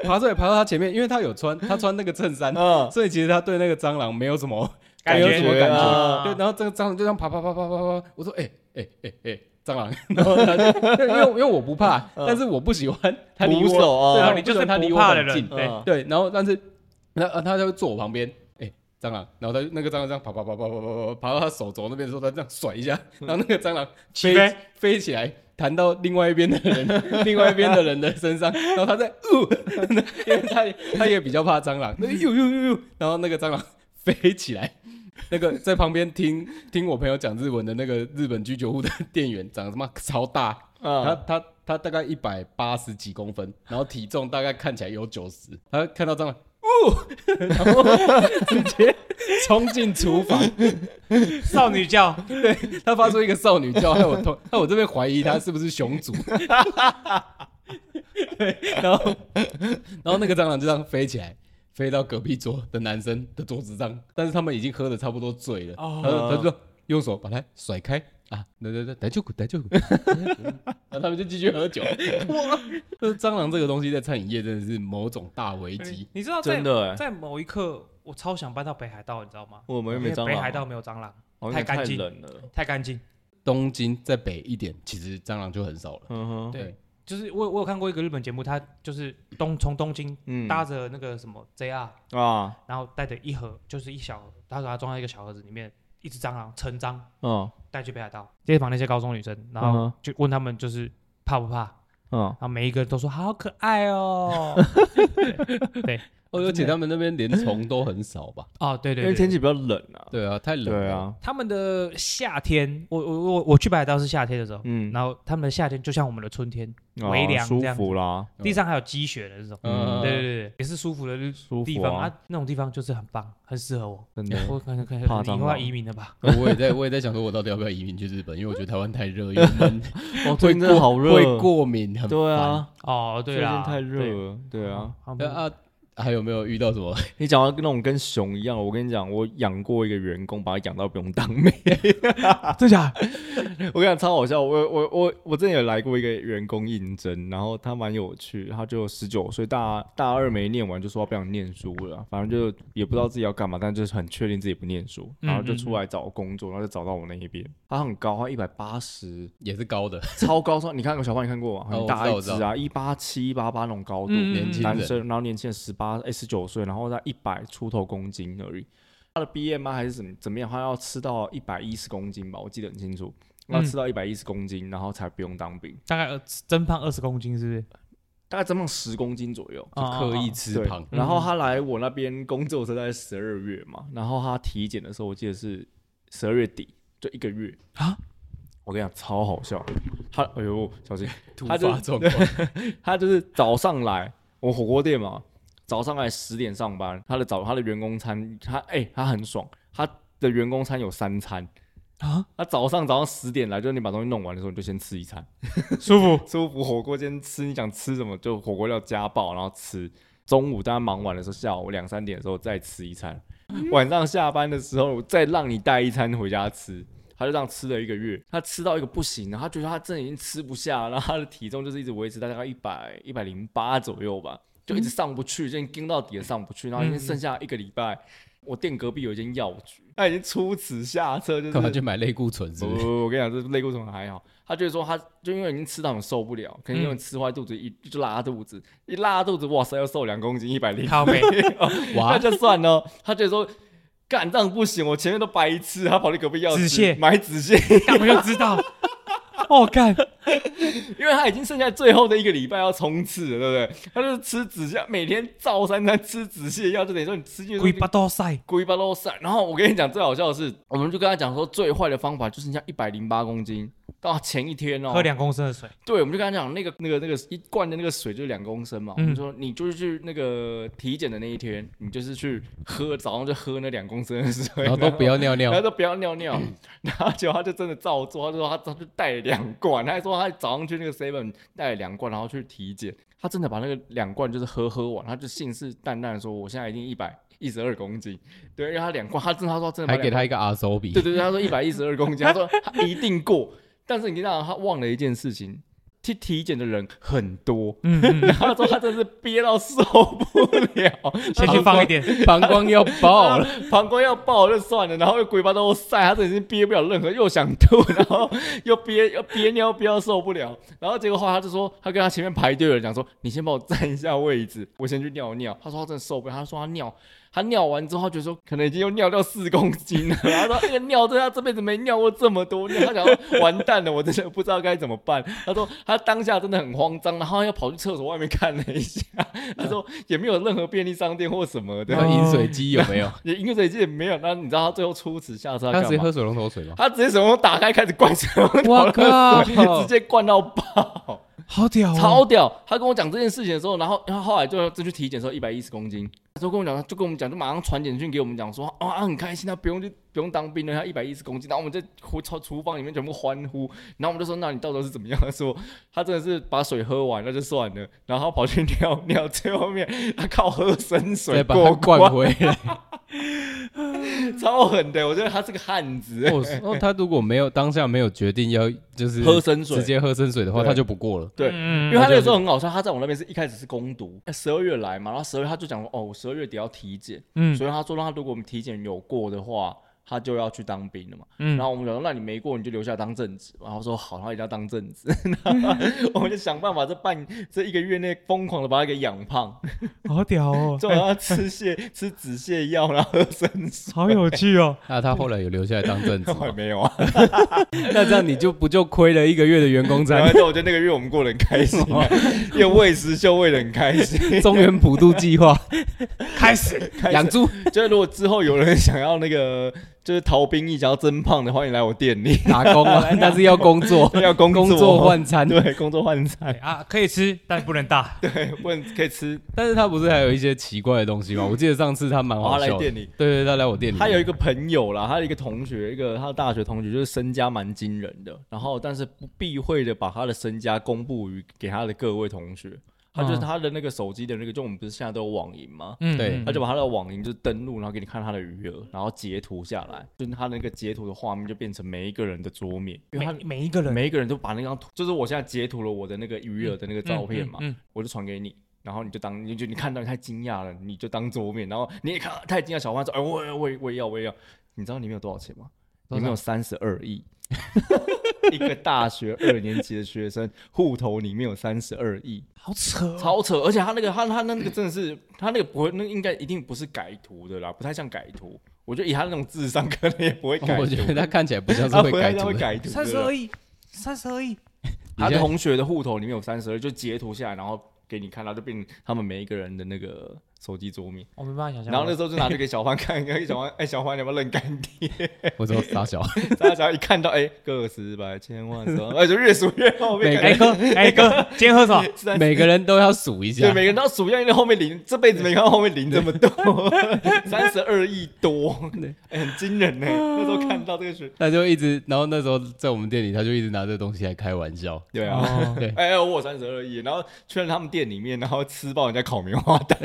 Speaker 1: 爬出来爬到他前面，因为他有穿他穿那个衬衫，
Speaker 2: 嗯
Speaker 1: 所以其实他对那个蟑螂没有什么
Speaker 3: 感觉
Speaker 1: 没有什么感
Speaker 2: 啊
Speaker 1: 觉。对，然后这个蟑螂就这样爬爬爬爬爬爬，我说哎哎哎哎蟑螂，然后他就因为因为我不怕，但是我不喜欢他离
Speaker 2: 捕
Speaker 1: 我，
Speaker 2: 手啊
Speaker 1: 对，
Speaker 3: 啊
Speaker 1: 他
Speaker 3: 你
Speaker 1: 离
Speaker 3: 就是
Speaker 1: 他离
Speaker 3: 不
Speaker 1: 我
Speaker 3: 怕的
Speaker 1: 很
Speaker 3: 人，
Speaker 1: 近，
Speaker 3: 对，
Speaker 2: 嗯
Speaker 1: 对，然后但是那呃他就会坐我旁边，哎、蟑螂，然后他就那个蟑螂这样爬爬爬爬爬爬爬爬到他手肘那边的时候，他这样甩一下，然后那个蟑螂
Speaker 3: 嗯
Speaker 1: 飞
Speaker 3: 起飞
Speaker 1: 飞起来。弹到另外一边的人，另外一边的人的身上，然后他在，呃、 [LAUGHS] 因为他他也比较怕蟑螂，那呦呦呦呦，然后那个蟑螂 [LAUGHS] 飞起来，那个在旁边听听我朋友讲日文的那个日本居酒屋的店员，长得他妈超大，他
Speaker 2: 嗯，
Speaker 1: 他他大概一百八十几公分，然后体重大概看起来有九十，他看到蟑螂，哦， [LAUGHS] 然后直接冲进厨房，
Speaker 3: 少女教，
Speaker 1: 他发出一个少女叫，害我同 [LAUGHS] 害我这边怀疑他是不是熊族。 [LAUGHS] 对，然后然后那个蟑螂就这样飞起来。飞到隔壁桌的男生的桌子上，但是他们已经喝的差不多醉了，
Speaker 3: 哦
Speaker 1: 他就他就说用手把它甩开啊，对对对，逮住逮住， [LAUGHS] 然后他们就继续
Speaker 3: [LAUGHS]
Speaker 1: 喝酒。哇，这蟑螂这个东西在餐饮业真的是某种大危机。
Speaker 3: 你知道在
Speaker 2: 真的哎，
Speaker 3: 在某一刻，我超想搬到北海道，你知道吗？
Speaker 2: 我们又
Speaker 3: 因
Speaker 2: 没
Speaker 3: 为
Speaker 2: 蟑
Speaker 3: 北海道
Speaker 2: 螂，
Speaker 3: 没有蟑螂，
Speaker 2: 好像
Speaker 3: 太干
Speaker 2: 太
Speaker 3: 净
Speaker 2: 冷了。
Speaker 3: 太干净。
Speaker 1: 东京再北一点，其实蟑螂就很少了。
Speaker 2: 嗯哼，
Speaker 3: 对，就是我我有看过一个日本节目，他就是东从东京
Speaker 2: 嗯
Speaker 3: 搭着那个什么 JR，
Speaker 2: 啊，
Speaker 3: 然后带着一盒，就是一小盒，他把它装在一个小盒子里面，一只蟑螂成蟑
Speaker 2: 嗯
Speaker 3: 带去北海道，街访那些高中女生，然后
Speaker 2: 嗯
Speaker 3: 就问他们就是怕不怕，
Speaker 2: 嗯，
Speaker 3: 然后每一个人都说好可爱
Speaker 2: [LAUGHS]
Speaker 3: 哦，
Speaker 1: 哦，而且他们那边连虫都很少吧？
Speaker 3: 哦对
Speaker 2: 因
Speaker 3: 对
Speaker 2: 为
Speaker 3: 对
Speaker 2: 天气比较冷啊。
Speaker 1: 对啊，太冷了。
Speaker 2: 对，啊，
Speaker 3: 他们的夏天，我我我我去北海道是夏天的时候，
Speaker 2: 嗯，
Speaker 3: 然后他们的夏天就像我们的春天，
Speaker 2: 啊
Speaker 3: 微凉
Speaker 2: 舒
Speaker 3: 这样子
Speaker 2: 服啦，
Speaker 1: 嗯
Speaker 3: 地上还有积雪的这种，
Speaker 1: 嗯，
Speaker 3: 对对对，对也是舒服的
Speaker 2: 舒
Speaker 3: 地
Speaker 2: 服
Speaker 3: 方
Speaker 2: 啊，
Speaker 3: 啊，那种地方就是很棒，很适合我。
Speaker 2: 真的。
Speaker 3: 我可能可能
Speaker 2: 怕
Speaker 3: 以
Speaker 2: 蟑
Speaker 3: 后要
Speaker 2: 螂
Speaker 3: 移民了吧？
Speaker 1: 我也在，我也在想说，我到底要不要移民去日本？因为我觉得台湾太热又闷，
Speaker 2: 哦，
Speaker 1: 会
Speaker 2: 最近真的
Speaker 1: 过
Speaker 2: [LAUGHS] 好热，
Speaker 1: 会过敏，很
Speaker 2: 对
Speaker 1: 烦。
Speaker 2: 啊，
Speaker 3: 哦，对
Speaker 2: 最近
Speaker 3: 啦，
Speaker 2: 太
Speaker 3: 对
Speaker 2: 热了，对啊。
Speaker 3: 好
Speaker 1: 对啊，还有没有遇到什么？
Speaker 2: 你讲到那种跟熊一样，我跟你讲，我养过一个员工，把他养到不用当
Speaker 1: [LAUGHS]
Speaker 2: 妹，
Speaker 3: 真假？
Speaker 2: 我跟你讲超好笑。我我我我之前有来过一个员工应征，然后他蛮有趣，他就十九岁，大大二没念完就说他不想念书了，反正就也不知道自己要干嘛，但就是很确定自己不念书，
Speaker 1: 嗯
Speaker 2: 然后就出来找工作，然后就找到我那一边。他很高，他一百八十，
Speaker 1: 也是高的，
Speaker 2: 超高超，你看过小胖，你看过吗？
Speaker 1: 哦
Speaker 2: 很大一
Speaker 1: 我知
Speaker 2: 只
Speaker 1: 道我知
Speaker 2: 啊，一八七、一八八那种高度，
Speaker 3: 嗯
Speaker 1: 年轻
Speaker 2: 男
Speaker 1: 人
Speaker 2: 生，然后年轻人十八、哎十九岁，然后在一百出头公斤而已。他的 BMI 还是怎么怎么样？他要吃到一百一十公斤吧，我记得很清楚。
Speaker 1: 嗯
Speaker 2: 要吃到一百一十公斤，然后才不用当兵，
Speaker 3: 大概呃增胖二十公斤是不是？哦
Speaker 2: 大概增胖十公斤左右。
Speaker 1: 就刻意吃
Speaker 2: 对
Speaker 1: 胖，。嗯
Speaker 2: 然后他来我那边工作是在十二月嘛，然后他体检的时候，我记得是十二月底，就一个月
Speaker 3: 啊！
Speaker 2: 我跟你讲，超好笑。他哎呦，小心！
Speaker 1: 突
Speaker 2: 他就
Speaker 1: 发状况，
Speaker 2: 他就是早上来，我火锅店嘛，早上来十点上班，他的早他的员工餐，他哎、他很爽，他的员工餐有三餐
Speaker 3: 啊，
Speaker 2: 他早上早上十点来，就是你把东西弄完的时候，你就先吃一餐， [LAUGHS]
Speaker 3: 舒服，
Speaker 2: 舒服火锅先吃，你想吃什么就火锅料加爆，然后吃。中午大家忙完的时候，下午两三点的时候再吃一餐，晚上下班的时候再让你带一餐回家吃。他就这样吃了一个月，他吃到一个不行，然后他觉得他真的已经吃不下了，然后他的体重就是一直维持在大概一百一百零八左右吧，就一直上不去，就已经盯到底也上不去，然后已经剩下一个礼拜。我店隔壁有一间药局，他已经出此下策，就是
Speaker 1: 干嘛去买类固醇？是
Speaker 2: 不
Speaker 1: 不
Speaker 2: 不
Speaker 1: 是？
Speaker 2: 不，我跟你讲，这类固醇还好。他就是说他，就因为已经吃到很受不了，可能因为吃坏肚子，一就拉肚子，一拉肚子，哇塞，要瘦两公斤，一百零，
Speaker 3: 靠背，
Speaker 2: 那
Speaker 1: 哇，
Speaker 2: 就算了。他就说，干这样不行，我前面都白吃，他跑去隔壁药
Speaker 3: 止
Speaker 2: 局
Speaker 3: 泻
Speaker 2: 买止泻，
Speaker 3: 干我就知
Speaker 2: [LAUGHS]
Speaker 3: 道。哦，干，
Speaker 2: 因为他已经剩下最后的一个礼拜要冲刺了，对不对？他就是吃止泻，每天照三餐吃止泻药，就等于说你吃进去
Speaker 3: 龟巴豆塞，
Speaker 2: 故意把肉散。然后我跟你讲，最好笑的是，我们就跟他讲说，最坏的方法就是你像一百零八公斤，到前一天哦，
Speaker 3: 喝两公升的水，
Speaker 2: 对，我们就跟他讲，那个、那个、那个一罐的那个水就是两公升嘛。
Speaker 3: 嗯
Speaker 2: 我们说你就是去那个体检的那一天，你就是去喝，早上就喝那两公升的水，
Speaker 1: 然后都不要尿
Speaker 2: 然后
Speaker 1: 尿，
Speaker 2: 都不要尿尿，然后结果他就真的照做，他就说他他就带了两罐，他还说他早上去那个 seven 带了两罐，然后去体检，他真的把那个两罐就是喝喝完，他就信誓旦旦的说我现在已经一百一十二公斤，对，因为他两罐，他真的他说他真的把
Speaker 1: 还给
Speaker 2: 两罐
Speaker 1: 他一个 RSOB，
Speaker 2: 对对对，他说一百一十二公斤，他说他一定过，但是你让他忘了一件事情，去体检的人很多。
Speaker 3: 嗯嗯，
Speaker 2: [LAUGHS] 然后他说他真是憋到受不了，
Speaker 3: 先去放一点，
Speaker 1: 膀胱要爆
Speaker 2: [LAUGHS]
Speaker 1: 了，
Speaker 2: 膀胱要爆就算了，然后又鬼巴都塞，他真的已经憋不了任何，又想吐，然后又憋 [LAUGHS] 又憋尿憋到受不了，然后结果后来他就说，他跟他前面排队的人讲说，你先帮我占一下位置，我先去尿尿。他说哦他真的受不了，他说他尿，他尿完之后他觉得说可能已经又尿掉四公斤了，然后他说那个尿对他这辈子没尿过这么多尿，他想说完蛋了，我真的不知道该怎么办。他说他当下真的很慌张，然后又跑去厕所外面看了一下，他说也没有任何便利商店或什么的 [LAUGHS]
Speaker 1: 然，后饮水机有没有？
Speaker 2: 也饮水机也没有，那你知道他最后出此下策
Speaker 1: 他直
Speaker 2: 干
Speaker 1: 接
Speaker 2: 嘛
Speaker 1: 喝？水龙头水吗？
Speaker 2: 他直接手龙头打开开始灌水龙头
Speaker 1: 我靠
Speaker 2: 的水，直接灌到爆，
Speaker 3: 好屌哦，
Speaker 2: 超屌！他跟我讲这件事情的时候，然后他后来就就去体检的时候一百一十公斤，他就跟我讲，就跟我们讲，就马上传简讯给我们讲说，啊，他很开心，他不用去不用当兵了，他一百一十公斤，然后我们在厨厨厨房里面全部欢呼，然后我们就说，那你到底是怎么样？他说他真的是把水喝完那就算了，然后他跑去尿 [LAUGHS] 尿，最后面他靠喝生水
Speaker 1: 再把它
Speaker 2: 过关
Speaker 1: 灌回
Speaker 2: [LAUGHS]
Speaker 1: 来。
Speaker 2: 超狠的，我觉得他是个汉子。
Speaker 1: 我哦，他如果没有当下没有决定要就是
Speaker 2: 喝生水
Speaker 1: 直接喝生水的话，
Speaker 2: 对
Speaker 1: 他就不过了。
Speaker 2: 对
Speaker 3: 嗯
Speaker 2: 因为他那个时候很好笑，他在我那边是一开始是攻读，十二月来嘛，然后十二月他就讲说，哦，我十二月底要体检，
Speaker 3: 嗯
Speaker 2: 所以他说让他如果我们体检有过的话，他就要去当兵了嘛。
Speaker 3: 嗯
Speaker 2: 然后我们讲说，那你没过你就留下来当正职，然后说好，他一定要当正 [LAUGHS] 职，我们就想办法这半这一个月内疯狂的把他给养 [LAUGHS] 胖，
Speaker 3: 好屌
Speaker 2: [LAUGHS]
Speaker 3: 哦，
Speaker 2: 就让他吃泻吃止泻药，然后喝生 [LAUGHS] 素。
Speaker 3: 好有趣哦，
Speaker 1: 那他后来有留下来当正
Speaker 2: [LAUGHS]
Speaker 1: 职吗，
Speaker 2: 我没有啊，
Speaker 1: 那这样你就不就亏了一个月的员工
Speaker 2: 然后
Speaker 1: 餐？
Speaker 2: 就我觉得那个月我们过得很开 [LAUGHS] 心、啊，又喂食就喂得很开心。
Speaker 1: [LAUGHS]
Speaker 2: [LAUGHS]
Speaker 1: 中原普渡计划
Speaker 3: 开始，
Speaker 2: 开始
Speaker 1: 养猪
Speaker 2: [LAUGHS] 就是如果之后有人想要那个，就是逃兵役想要增胖的，欢迎来我店里，
Speaker 1: 打工啊，但是要工作，
Speaker 2: 要 [LAUGHS]
Speaker 1: [LAUGHS]
Speaker 2: 工
Speaker 1: 工
Speaker 2: 作
Speaker 1: 作换餐。
Speaker 2: [LAUGHS] 对工作换
Speaker 3: 哎
Speaker 2: 菜，
Speaker 3: 啊，可以吃，但不能大，
Speaker 2: 对，不能可以吃。
Speaker 1: 但是他不是还有一些奇怪的东西吗？我记得上次他蛮
Speaker 2: 他
Speaker 1: 好
Speaker 2: 来
Speaker 1: 笑的。
Speaker 2: 店里，
Speaker 1: 对对，他来我店里，
Speaker 2: 他有一个朋友啦，他有一个同学，一个他的大学同学，就是身家蛮惊人的，然后但是不避讳的把他的身家公布于给他的各位同学。他就是
Speaker 3: 嗯
Speaker 2: 他的那个手机的那个，就我们不是现在都有网银吗？
Speaker 3: 嗯，
Speaker 1: 对
Speaker 3: 嗯
Speaker 2: 他就把他的网银就登录，然后给你看他的余额，然后截图下来，就是他那个截图的画面就变成每一个人的桌面，因为他
Speaker 3: 每每一个人
Speaker 2: 每一个人都把那张图，就是我现在截图了我的那个余额的那个照片嘛，
Speaker 3: 嗯嗯嗯
Speaker 2: 我就传给你，然后你就当你就你看到你太惊讶了，你就当桌面，然后你也看太惊讶，小花说，哎，我也我也我也要我也要，你知道里面有多少钱吗？
Speaker 1: 多
Speaker 2: 里
Speaker 1: 少
Speaker 2: 面有三十二亿。 [LAUGHS] 一个大学二年级的学生户头里面有三十二亿，
Speaker 3: 好扯哦，
Speaker 2: 超扯！而且他那个他他那个真的是他那个不会，那应该一定不是改图的啦，不太像改图。我觉得以他那种智商，可能也不会改
Speaker 1: 我
Speaker 2: 图。
Speaker 1: 觉得他看起来不像是
Speaker 2: 他
Speaker 1: 会
Speaker 2: 不
Speaker 1: 改
Speaker 2: 太像
Speaker 1: 图
Speaker 2: 会
Speaker 1: 的。
Speaker 2: 改图的啦。
Speaker 3: 三十二亿，三十二亿，
Speaker 2: 他
Speaker 1: 你现在
Speaker 2: 同学的户头里面有三十二，就截图下来，然后给你看，然后就变成他们每一个人的那个手机桌面，
Speaker 3: 我没办法想象。
Speaker 2: 然后那时候就拿去给小欢看，跟小欢哎、小欢你要不要认干 [LAUGHS] 爹？
Speaker 1: 我说傻小，
Speaker 2: 大家只要一看到哎、个十百千万什么，哎就越数越后面，
Speaker 1: 每
Speaker 2: 感
Speaker 1: 个
Speaker 3: 哎
Speaker 2: 觉
Speaker 3: 哥，哎
Speaker 2: [LAUGHS]
Speaker 3: 哥，今天喝什么？
Speaker 2: 是在
Speaker 1: 每个人都要数一
Speaker 2: 对
Speaker 1: 下，
Speaker 2: 每个人都要数一下，因为后面零这辈子没看到后面零这么 [LAUGHS] 多，三十二亿多，哎很惊人呢、那时候看到这个是，
Speaker 1: 他就一直，然后那时候在我们店里，他就一直拿这个东西来开玩笑。
Speaker 2: 对啊。
Speaker 3: 哦
Speaker 1: 对，
Speaker 2: 哎、哎，我三十二亿，然后去了他们店里面，然后吃爆人家烤棉花 [LAUGHS] 糖，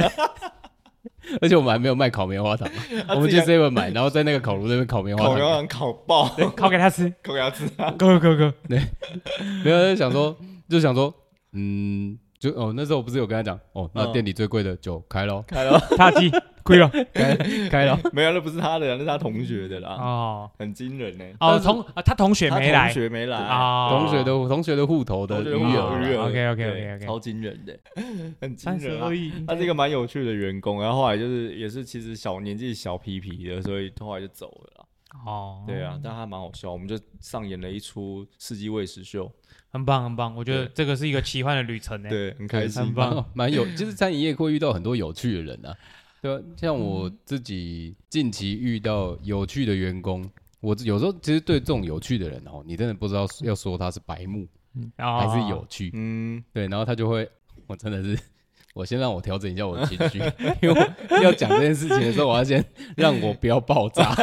Speaker 1: 而且我们还没有卖烤棉花糖，我们去 seven 买，然后在那个烤炉那边烤棉花
Speaker 2: 烤棉花
Speaker 1: 糖，
Speaker 2: 糖烤爆，
Speaker 3: 烤给他吃，
Speaker 2: 烤给他吃啊！
Speaker 3: 哥哥哥，
Speaker 1: [LAUGHS] 没有就想说，就想说，嗯，就哦，那时候我不是有跟他讲，哦，那
Speaker 2: 嗯
Speaker 1: 店里最贵的酒开咯，
Speaker 2: 看到
Speaker 3: 他鸡亏了
Speaker 1: 开开咯，
Speaker 2: [LAUGHS] 没有？那不是他的，那是他同学的啦，
Speaker 3: 哦
Speaker 2: 很惊人呢、
Speaker 3: 哦，同啊他同学
Speaker 2: 他
Speaker 3: 没
Speaker 2: 同
Speaker 3: 来
Speaker 2: 学没来，
Speaker 3: 啊，
Speaker 1: [LAUGHS] 同学的同学的户头的啊
Speaker 2: 同学
Speaker 1: 余
Speaker 2: 的
Speaker 3: 户
Speaker 1: 额
Speaker 3: 头
Speaker 1: 啦
Speaker 3: 余
Speaker 1: [LAUGHS]
Speaker 3: 额 OK，OK，OK，OK
Speaker 2: 对超惊人的， [LAUGHS] 很惊
Speaker 3: 三十
Speaker 2: 人啊
Speaker 3: 二！亿，
Speaker 2: 他是一个蛮有趣的员工，然后后来就是也是其实小年纪小皮皮的，所以后来就走了啦。
Speaker 3: 哦，
Speaker 2: 对啊，但他蛮好笑，我们就上演了一出世纪卫视秀，
Speaker 3: 很棒很棒，我觉得这个是一个奇幻的旅程呢。欸
Speaker 2: 对，很开
Speaker 3: 很
Speaker 2: 心。
Speaker 3: 棒
Speaker 1: 蛮啊蛮有，就是餐饮业会遇到很多有趣的人啊。对啊，像我自己近期遇到有趣的员工，我有时候其实对这种有趣的人哦，你真的不知道要说他是白目
Speaker 3: 然后
Speaker 1: 还是有趣。
Speaker 2: 嗯，
Speaker 1: 对，然后他就会，我真的是， [LAUGHS] 我先让我调整一下我的情绪， [LAUGHS] 因为我要讲这件事情的时候，我要先让我不要爆炸。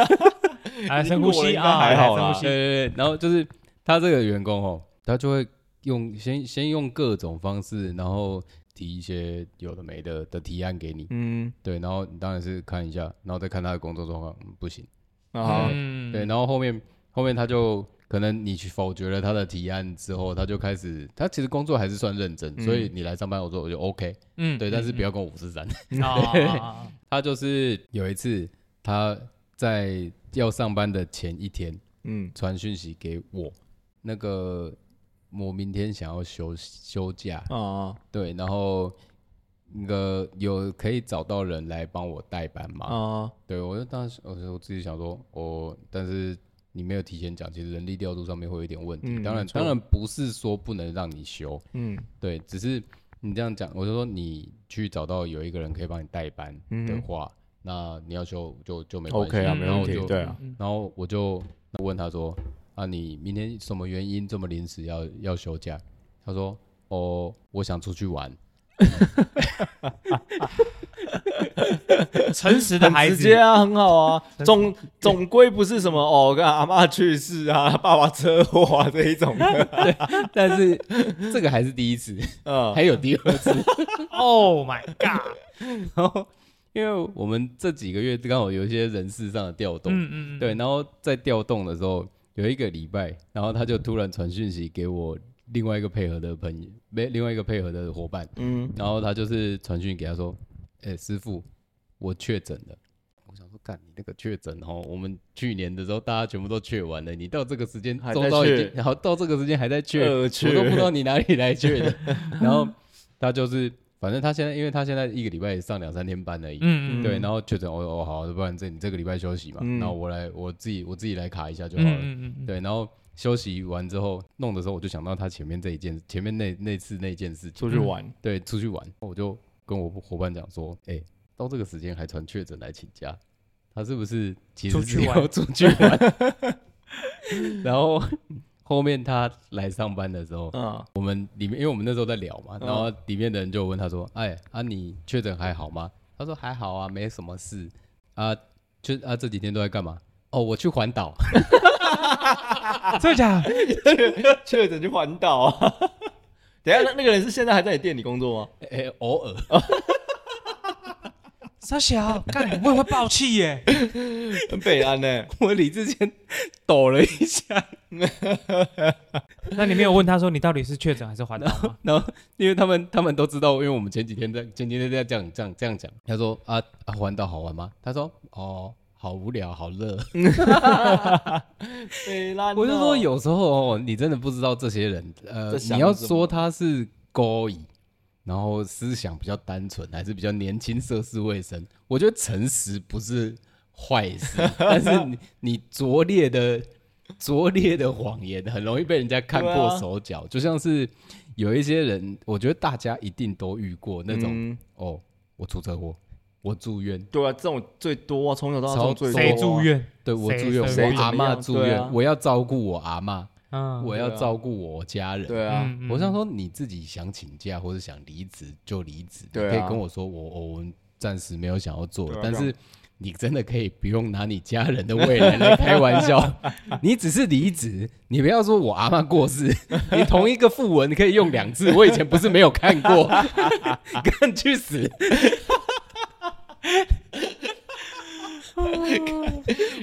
Speaker 3: 啊，深呼吸啊，
Speaker 2: 还好啦
Speaker 3: 来
Speaker 1: 对对对，然后就是他这个员工哦，他就会用先先用各种方式，然后提一些有的没的的提案给你。
Speaker 2: 嗯
Speaker 1: 对，然后你当然是看一下，然后再看他的工作状况，嗯不行。
Speaker 2: 啊，
Speaker 3: 嗯
Speaker 1: 对，然后后面后面他就可能你去否决了他的提案之后，他就开始，他其实工作还是算认真，所以你来上班，我说我就 OK，
Speaker 3: 嗯
Speaker 1: 对，但是不要跟我五四三。
Speaker 3: 啊，
Speaker 1: 他就是有一次他在要上班的前一天
Speaker 2: 嗯
Speaker 1: 传讯息给我，那个我明天想要休休假，
Speaker 2: 啊
Speaker 1: 对，然后那个有可以找到人来帮我代班吗？
Speaker 2: 啊，
Speaker 1: 对，我就当时我就我自己想说，我但是你没有提前讲，其实人力调度上面会有一点问题。
Speaker 2: 嗯
Speaker 1: 当然，
Speaker 2: 没错
Speaker 1: 当然不是说不能让你休，
Speaker 2: 嗯
Speaker 1: 对，只是你这样讲，我就说你去找到有一个人可以帮你代班
Speaker 2: 嗯
Speaker 1: 的话，那你要休就就没关系。
Speaker 2: ，OK 啊，
Speaker 3: 嗯
Speaker 2: 没
Speaker 1: 然后我
Speaker 2: 问题
Speaker 1: 就，
Speaker 2: 对啊，
Speaker 1: 然后我就问他说：“啊，你明天什么原因这么临时要要休假？”他说：“哦，我想出去玩。 [LAUGHS]
Speaker 3: 诚实的
Speaker 2: [LAUGHS] 很
Speaker 3: 孩
Speaker 2: 直
Speaker 3: 子
Speaker 2: 接，啊，很好啊，总总归不是什么哦，跟阿妈去世啊， [LAUGHS] 爸爸车祸啊这一种的，”
Speaker 1: 但是这个还是第一次，
Speaker 2: 嗯
Speaker 1: 还有第二次。 [LAUGHS]
Speaker 3: Oh my god！
Speaker 1: 然后因为我们这几个月刚好有一些人事上的调动，
Speaker 3: 嗯嗯，
Speaker 1: 对，，然后在调动的时候有一个礼拜，然后他就突然传讯息给我另外一个配合的朋友，没另外一个配合的伙伴，
Speaker 2: 嗯，
Speaker 1: 然后他就是传讯给他说：“哎、师傅，我确诊了。”我想说，干你那个确诊哦，我们去年的时候大家全部都确完了，你到这个时间
Speaker 2: 还
Speaker 1: 周
Speaker 2: 在
Speaker 1: 到已
Speaker 2: 确
Speaker 1: 经，然后到这个时间还在确，
Speaker 2: 呃
Speaker 1: 我都
Speaker 2: 确
Speaker 1: 不知道你哪里来确
Speaker 2: [LAUGHS]
Speaker 1: 的。然后他就是，反正他现在，因为他现在一个礼拜也上两三天班而已，
Speaker 3: 嗯嗯，
Speaker 1: 对，然后确诊，我哦好，不然这你这个礼拜休息嘛，
Speaker 2: 嗯
Speaker 1: 然后我来我自己我自己来卡一下就好了，
Speaker 3: 嗯嗯嗯，
Speaker 1: 对，然后休息完之后弄的时候，我就想到他前面这一件，前面那那次那件事情，
Speaker 2: 出去玩，
Speaker 1: 对，出去玩，我就跟我伙伴讲说，哎、到这个时间还传确诊来请假，他是不是其实
Speaker 3: 出去
Speaker 1: 是要
Speaker 3: 玩
Speaker 1: 出去玩？
Speaker 3: [LAUGHS]
Speaker 1: 然后后面他来上班的时候，
Speaker 2: 嗯 [LAUGHS]
Speaker 1: 我们里面因为我们那时候在聊嘛，
Speaker 2: 嗯
Speaker 1: 然后里面的人就问他说，哎，啊你确诊还好吗？他说还好啊，没什么事啊，就啊这几天都在干嘛？哦，我去环岛，
Speaker 2: 啊
Speaker 3: 真的假？
Speaker 2: 确诊去环岛啊。 [LAUGHS] 等一下，那那个人是现在还在你店里工作吗？
Speaker 1: 哎、偶尔。
Speaker 3: 傻小，看我也会爆气耶！
Speaker 2: 很北安呢，
Speaker 1: 我理智先抖了一下，
Speaker 3: 那你没有问他说你到底是确诊还是环岛
Speaker 1: [LAUGHS]
Speaker 3: 吗？
Speaker 1: 然后因为他们他们都知道，因为我们前几天在前几天在这样这样这样讲，他说啊啊环岛好玩吗？他说哦好无聊好热，
Speaker 2: 北安。
Speaker 1: 我就说，有时候哦你真的不知道这些人，呃
Speaker 2: 在想
Speaker 1: 你要
Speaker 2: 什么
Speaker 1: 说他是勾引。然后思想比较单纯，还是比较年轻、涉世未深。我觉得诚实不是坏
Speaker 2: [LAUGHS]
Speaker 1: 事，但是你你拙劣的拙劣的谎言很容易被人家看
Speaker 2: 对
Speaker 1: 破
Speaker 2: 啊
Speaker 1: 手脚，就像是有一些人，我觉得大家一定都遇过那种、
Speaker 2: 嗯
Speaker 1: 哦，我出车祸，我住院，
Speaker 2: 对啊，这种最多啊，从小到大
Speaker 1: 超
Speaker 2: 这种最多、啊。
Speaker 3: 谁住？院？
Speaker 1: 对我
Speaker 3: 谁
Speaker 1: 住院，
Speaker 3: 谁
Speaker 1: 我
Speaker 2: 怎
Speaker 1: 阿
Speaker 2: 么
Speaker 1: 妈
Speaker 2: 样
Speaker 1: 住
Speaker 2: 对
Speaker 1: 院，
Speaker 2: 啊
Speaker 1: 我要照顾我阿妈，
Speaker 3: 嗯，
Speaker 1: 我要
Speaker 2: 对啊
Speaker 1: 照顾我家人。
Speaker 2: 对啊，
Speaker 3: 嗯
Speaker 1: 我想，说，你自己想请假或者想离职就离职，你
Speaker 2: 对啊
Speaker 1: 可以跟我说我，我我们暂时没有想要做，
Speaker 2: 对啊
Speaker 1: 但
Speaker 2: 这
Speaker 1: 是你真的可以不用拿你家人的未来来开玩
Speaker 2: [LAUGHS]
Speaker 1: 笑，你只是离职，你不要说我阿妈过世，你同一个副文可以用两次，我以前不是没有看过， [LAUGHS] 更去
Speaker 2: [LAUGHS]
Speaker 1: 死！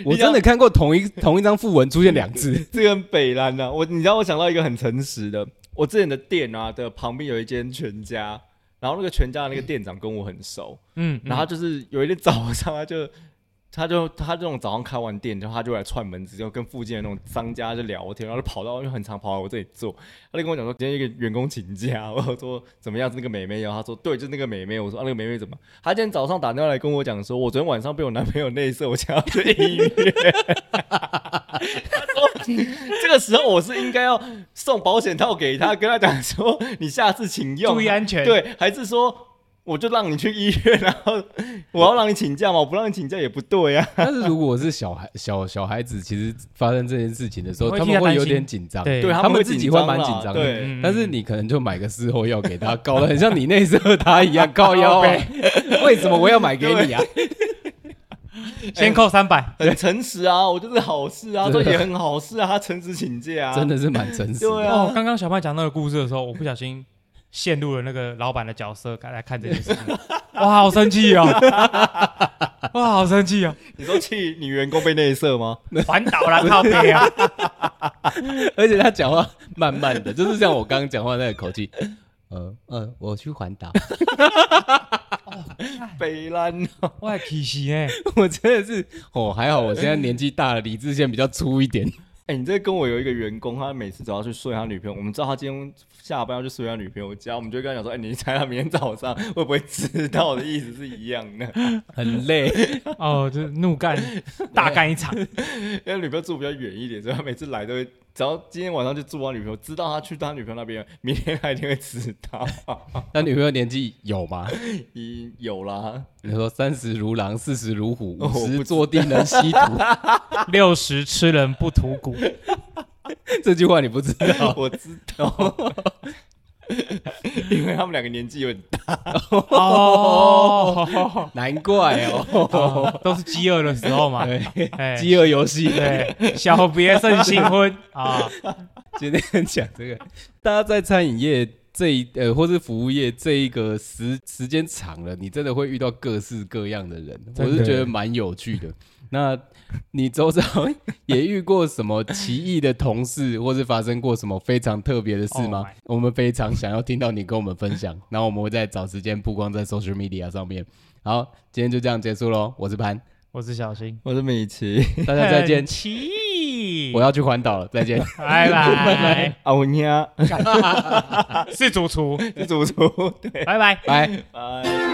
Speaker 1: 我真的看过同一同一张副文出现两次，
Speaker 2: 这个很北兰啊，我你知道我想到一个很诚实的，我之前的店啊的旁边有一间全家，然后那个全家的那个店长跟我很熟，
Speaker 3: 嗯，
Speaker 2: 然后他就是有一天早上他就。 [LAUGHS] 他就他这种早上开完店，然后他就来串门子，就跟附近的那种商家就聊天，然后就跑到因为很常跑到我这里做，他就跟我讲说今天一个员工请假，我说怎么样？是那个美眉，然后他说对，就是那个美眉。我说啊，那个美眉怎么？他今天早上打电话来跟我讲说，我昨天晚上被我男朋友内射，我想要去医院。他说这个时候我是应该要送保险套给他，跟他讲说你下次请用，
Speaker 3: 注意安全
Speaker 2: 对，还是说？我就让你去医院，然后我要让你请假嘛，我不让你请假也不对啊呀、
Speaker 1: 但是如果是小孩小小孩子，其实发生这件事情的时候，
Speaker 3: 会
Speaker 1: 他
Speaker 3: 替
Speaker 1: 们
Speaker 3: 他
Speaker 1: 会
Speaker 3: 担
Speaker 1: 有
Speaker 3: 心
Speaker 1: 点紧张，
Speaker 3: 对
Speaker 2: 对
Speaker 1: 他
Speaker 2: 他们
Speaker 1: 们
Speaker 2: 会
Speaker 1: 自己
Speaker 2: 紧
Speaker 1: 会
Speaker 2: 张
Speaker 1: 蛮
Speaker 2: 啦
Speaker 1: 紧张的。
Speaker 3: 嗯
Speaker 2: 对
Speaker 1: 但是你可能就买个事后药给他，搞得很像你内射他一
Speaker 3: [LAUGHS]
Speaker 1: 样，高
Speaker 3: 哦
Speaker 1: 腰啊！ [LAUGHS] 为什么我要买给你啊？
Speaker 3: 先扣三百，
Speaker 2: 很诚实啊，我就是好事啊，
Speaker 1: 对
Speaker 2: 这
Speaker 1: 啊
Speaker 2: 也很好事啊，他诚实请假啊，
Speaker 1: 真的是蛮真实
Speaker 2: 对
Speaker 1: 的。
Speaker 2: 啊
Speaker 3: 哦，，刚刚小麦讲那个故事的时候，我不小心陷入了那个老板的角色来看这件事情， [LAUGHS] 哇，好生气哦，哇，好生气哦，
Speaker 2: 你说气你员工被内
Speaker 1: [LAUGHS]
Speaker 2: 射吗？
Speaker 3: 环岛 [LAUGHS] 啦，靠北啊，
Speaker 1: 而且他讲话慢慢的，就是像我刚刚讲话那个口气。嗯嗯，我去环岛， [LAUGHS]
Speaker 2: 北兰啊
Speaker 3: 我还气死哎，
Speaker 1: 我真的是哦，还好我现在年纪大了，理智线比较粗一点。
Speaker 2: 哎、你这跟我有一个员工，他每次只要去睡他女朋友，我们知道他今天下班要去睡他女朋友家，我们就会跟他讲说，哎、你猜他明天早上会不会知道的意思是一样的。
Speaker 1: 很累，
Speaker 3: 哦，就是怒干大干一场，
Speaker 2: 因为女朋友住比较远一点，所以他每次来都会，只要今天晚上就住他女朋友，知道他去他女朋友那边，明天他一定会知道。 [LAUGHS]
Speaker 1: 他女朋友年纪有吗？
Speaker 2: 已有啦，
Speaker 1: 你说三十如狼，四十如虎，五
Speaker 2: 哦我不
Speaker 1: 十
Speaker 2: 知
Speaker 1: 坐地能吸土， [LAUGHS]
Speaker 3: 六十吃人不吐骨，
Speaker 1: 这句话你不知道？
Speaker 2: [LAUGHS] [LAUGHS] 我知道，因为他们两个年纪有点大，
Speaker 3: 哦，
Speaker 1: 难怪
Speaker 2: [LAUGHS]
Speaker 1: 哦，
Speaker 3: 哦都是饥饿的时候嘛，哎
Speaker 1: 饥饿游戏。
Speaker 3: 对，小别胜新婚啊，
Speaker 1: [LAUGHS] 今天讲这个，大家在餐饮业这一呃，或是服务业这一个时时间长了，你真的会遇到各式各样的人，我
Speaker 3: 真的
Speaker 1: 是觉得蛮有趣的。那你周遭也遇过什么奇异的同事，或是发生过什么非常特别的事吗
Speaker 3: Oh my
Speaker 1: 我们非常想要听到你跟我们分
Speaker 3: [LAUGHS]
Speaker 1: 享，然后我们会再找时间曝光在 social media 上面。好，今天就这样结束喽，我是
Speaker 3: [LAUGHS]
Speaker 1: 潘，
Speaker 3: 我是小新，
Speaker 2: 我是米奇，
Speaker 1: 大家再见
Speaker 3: 很，奇，
Speaker 1: 我要去环岛了，再见。
Speaker 3: 拜拜，
Speaker 2: 阿 [LAUGHS] 文呀，
Speaker 3: 是主厨，
Speaker 2: 是主厨，
Speaker 3: 拜拜。
Speaker 1: 拜。
Speaker 2: 拜。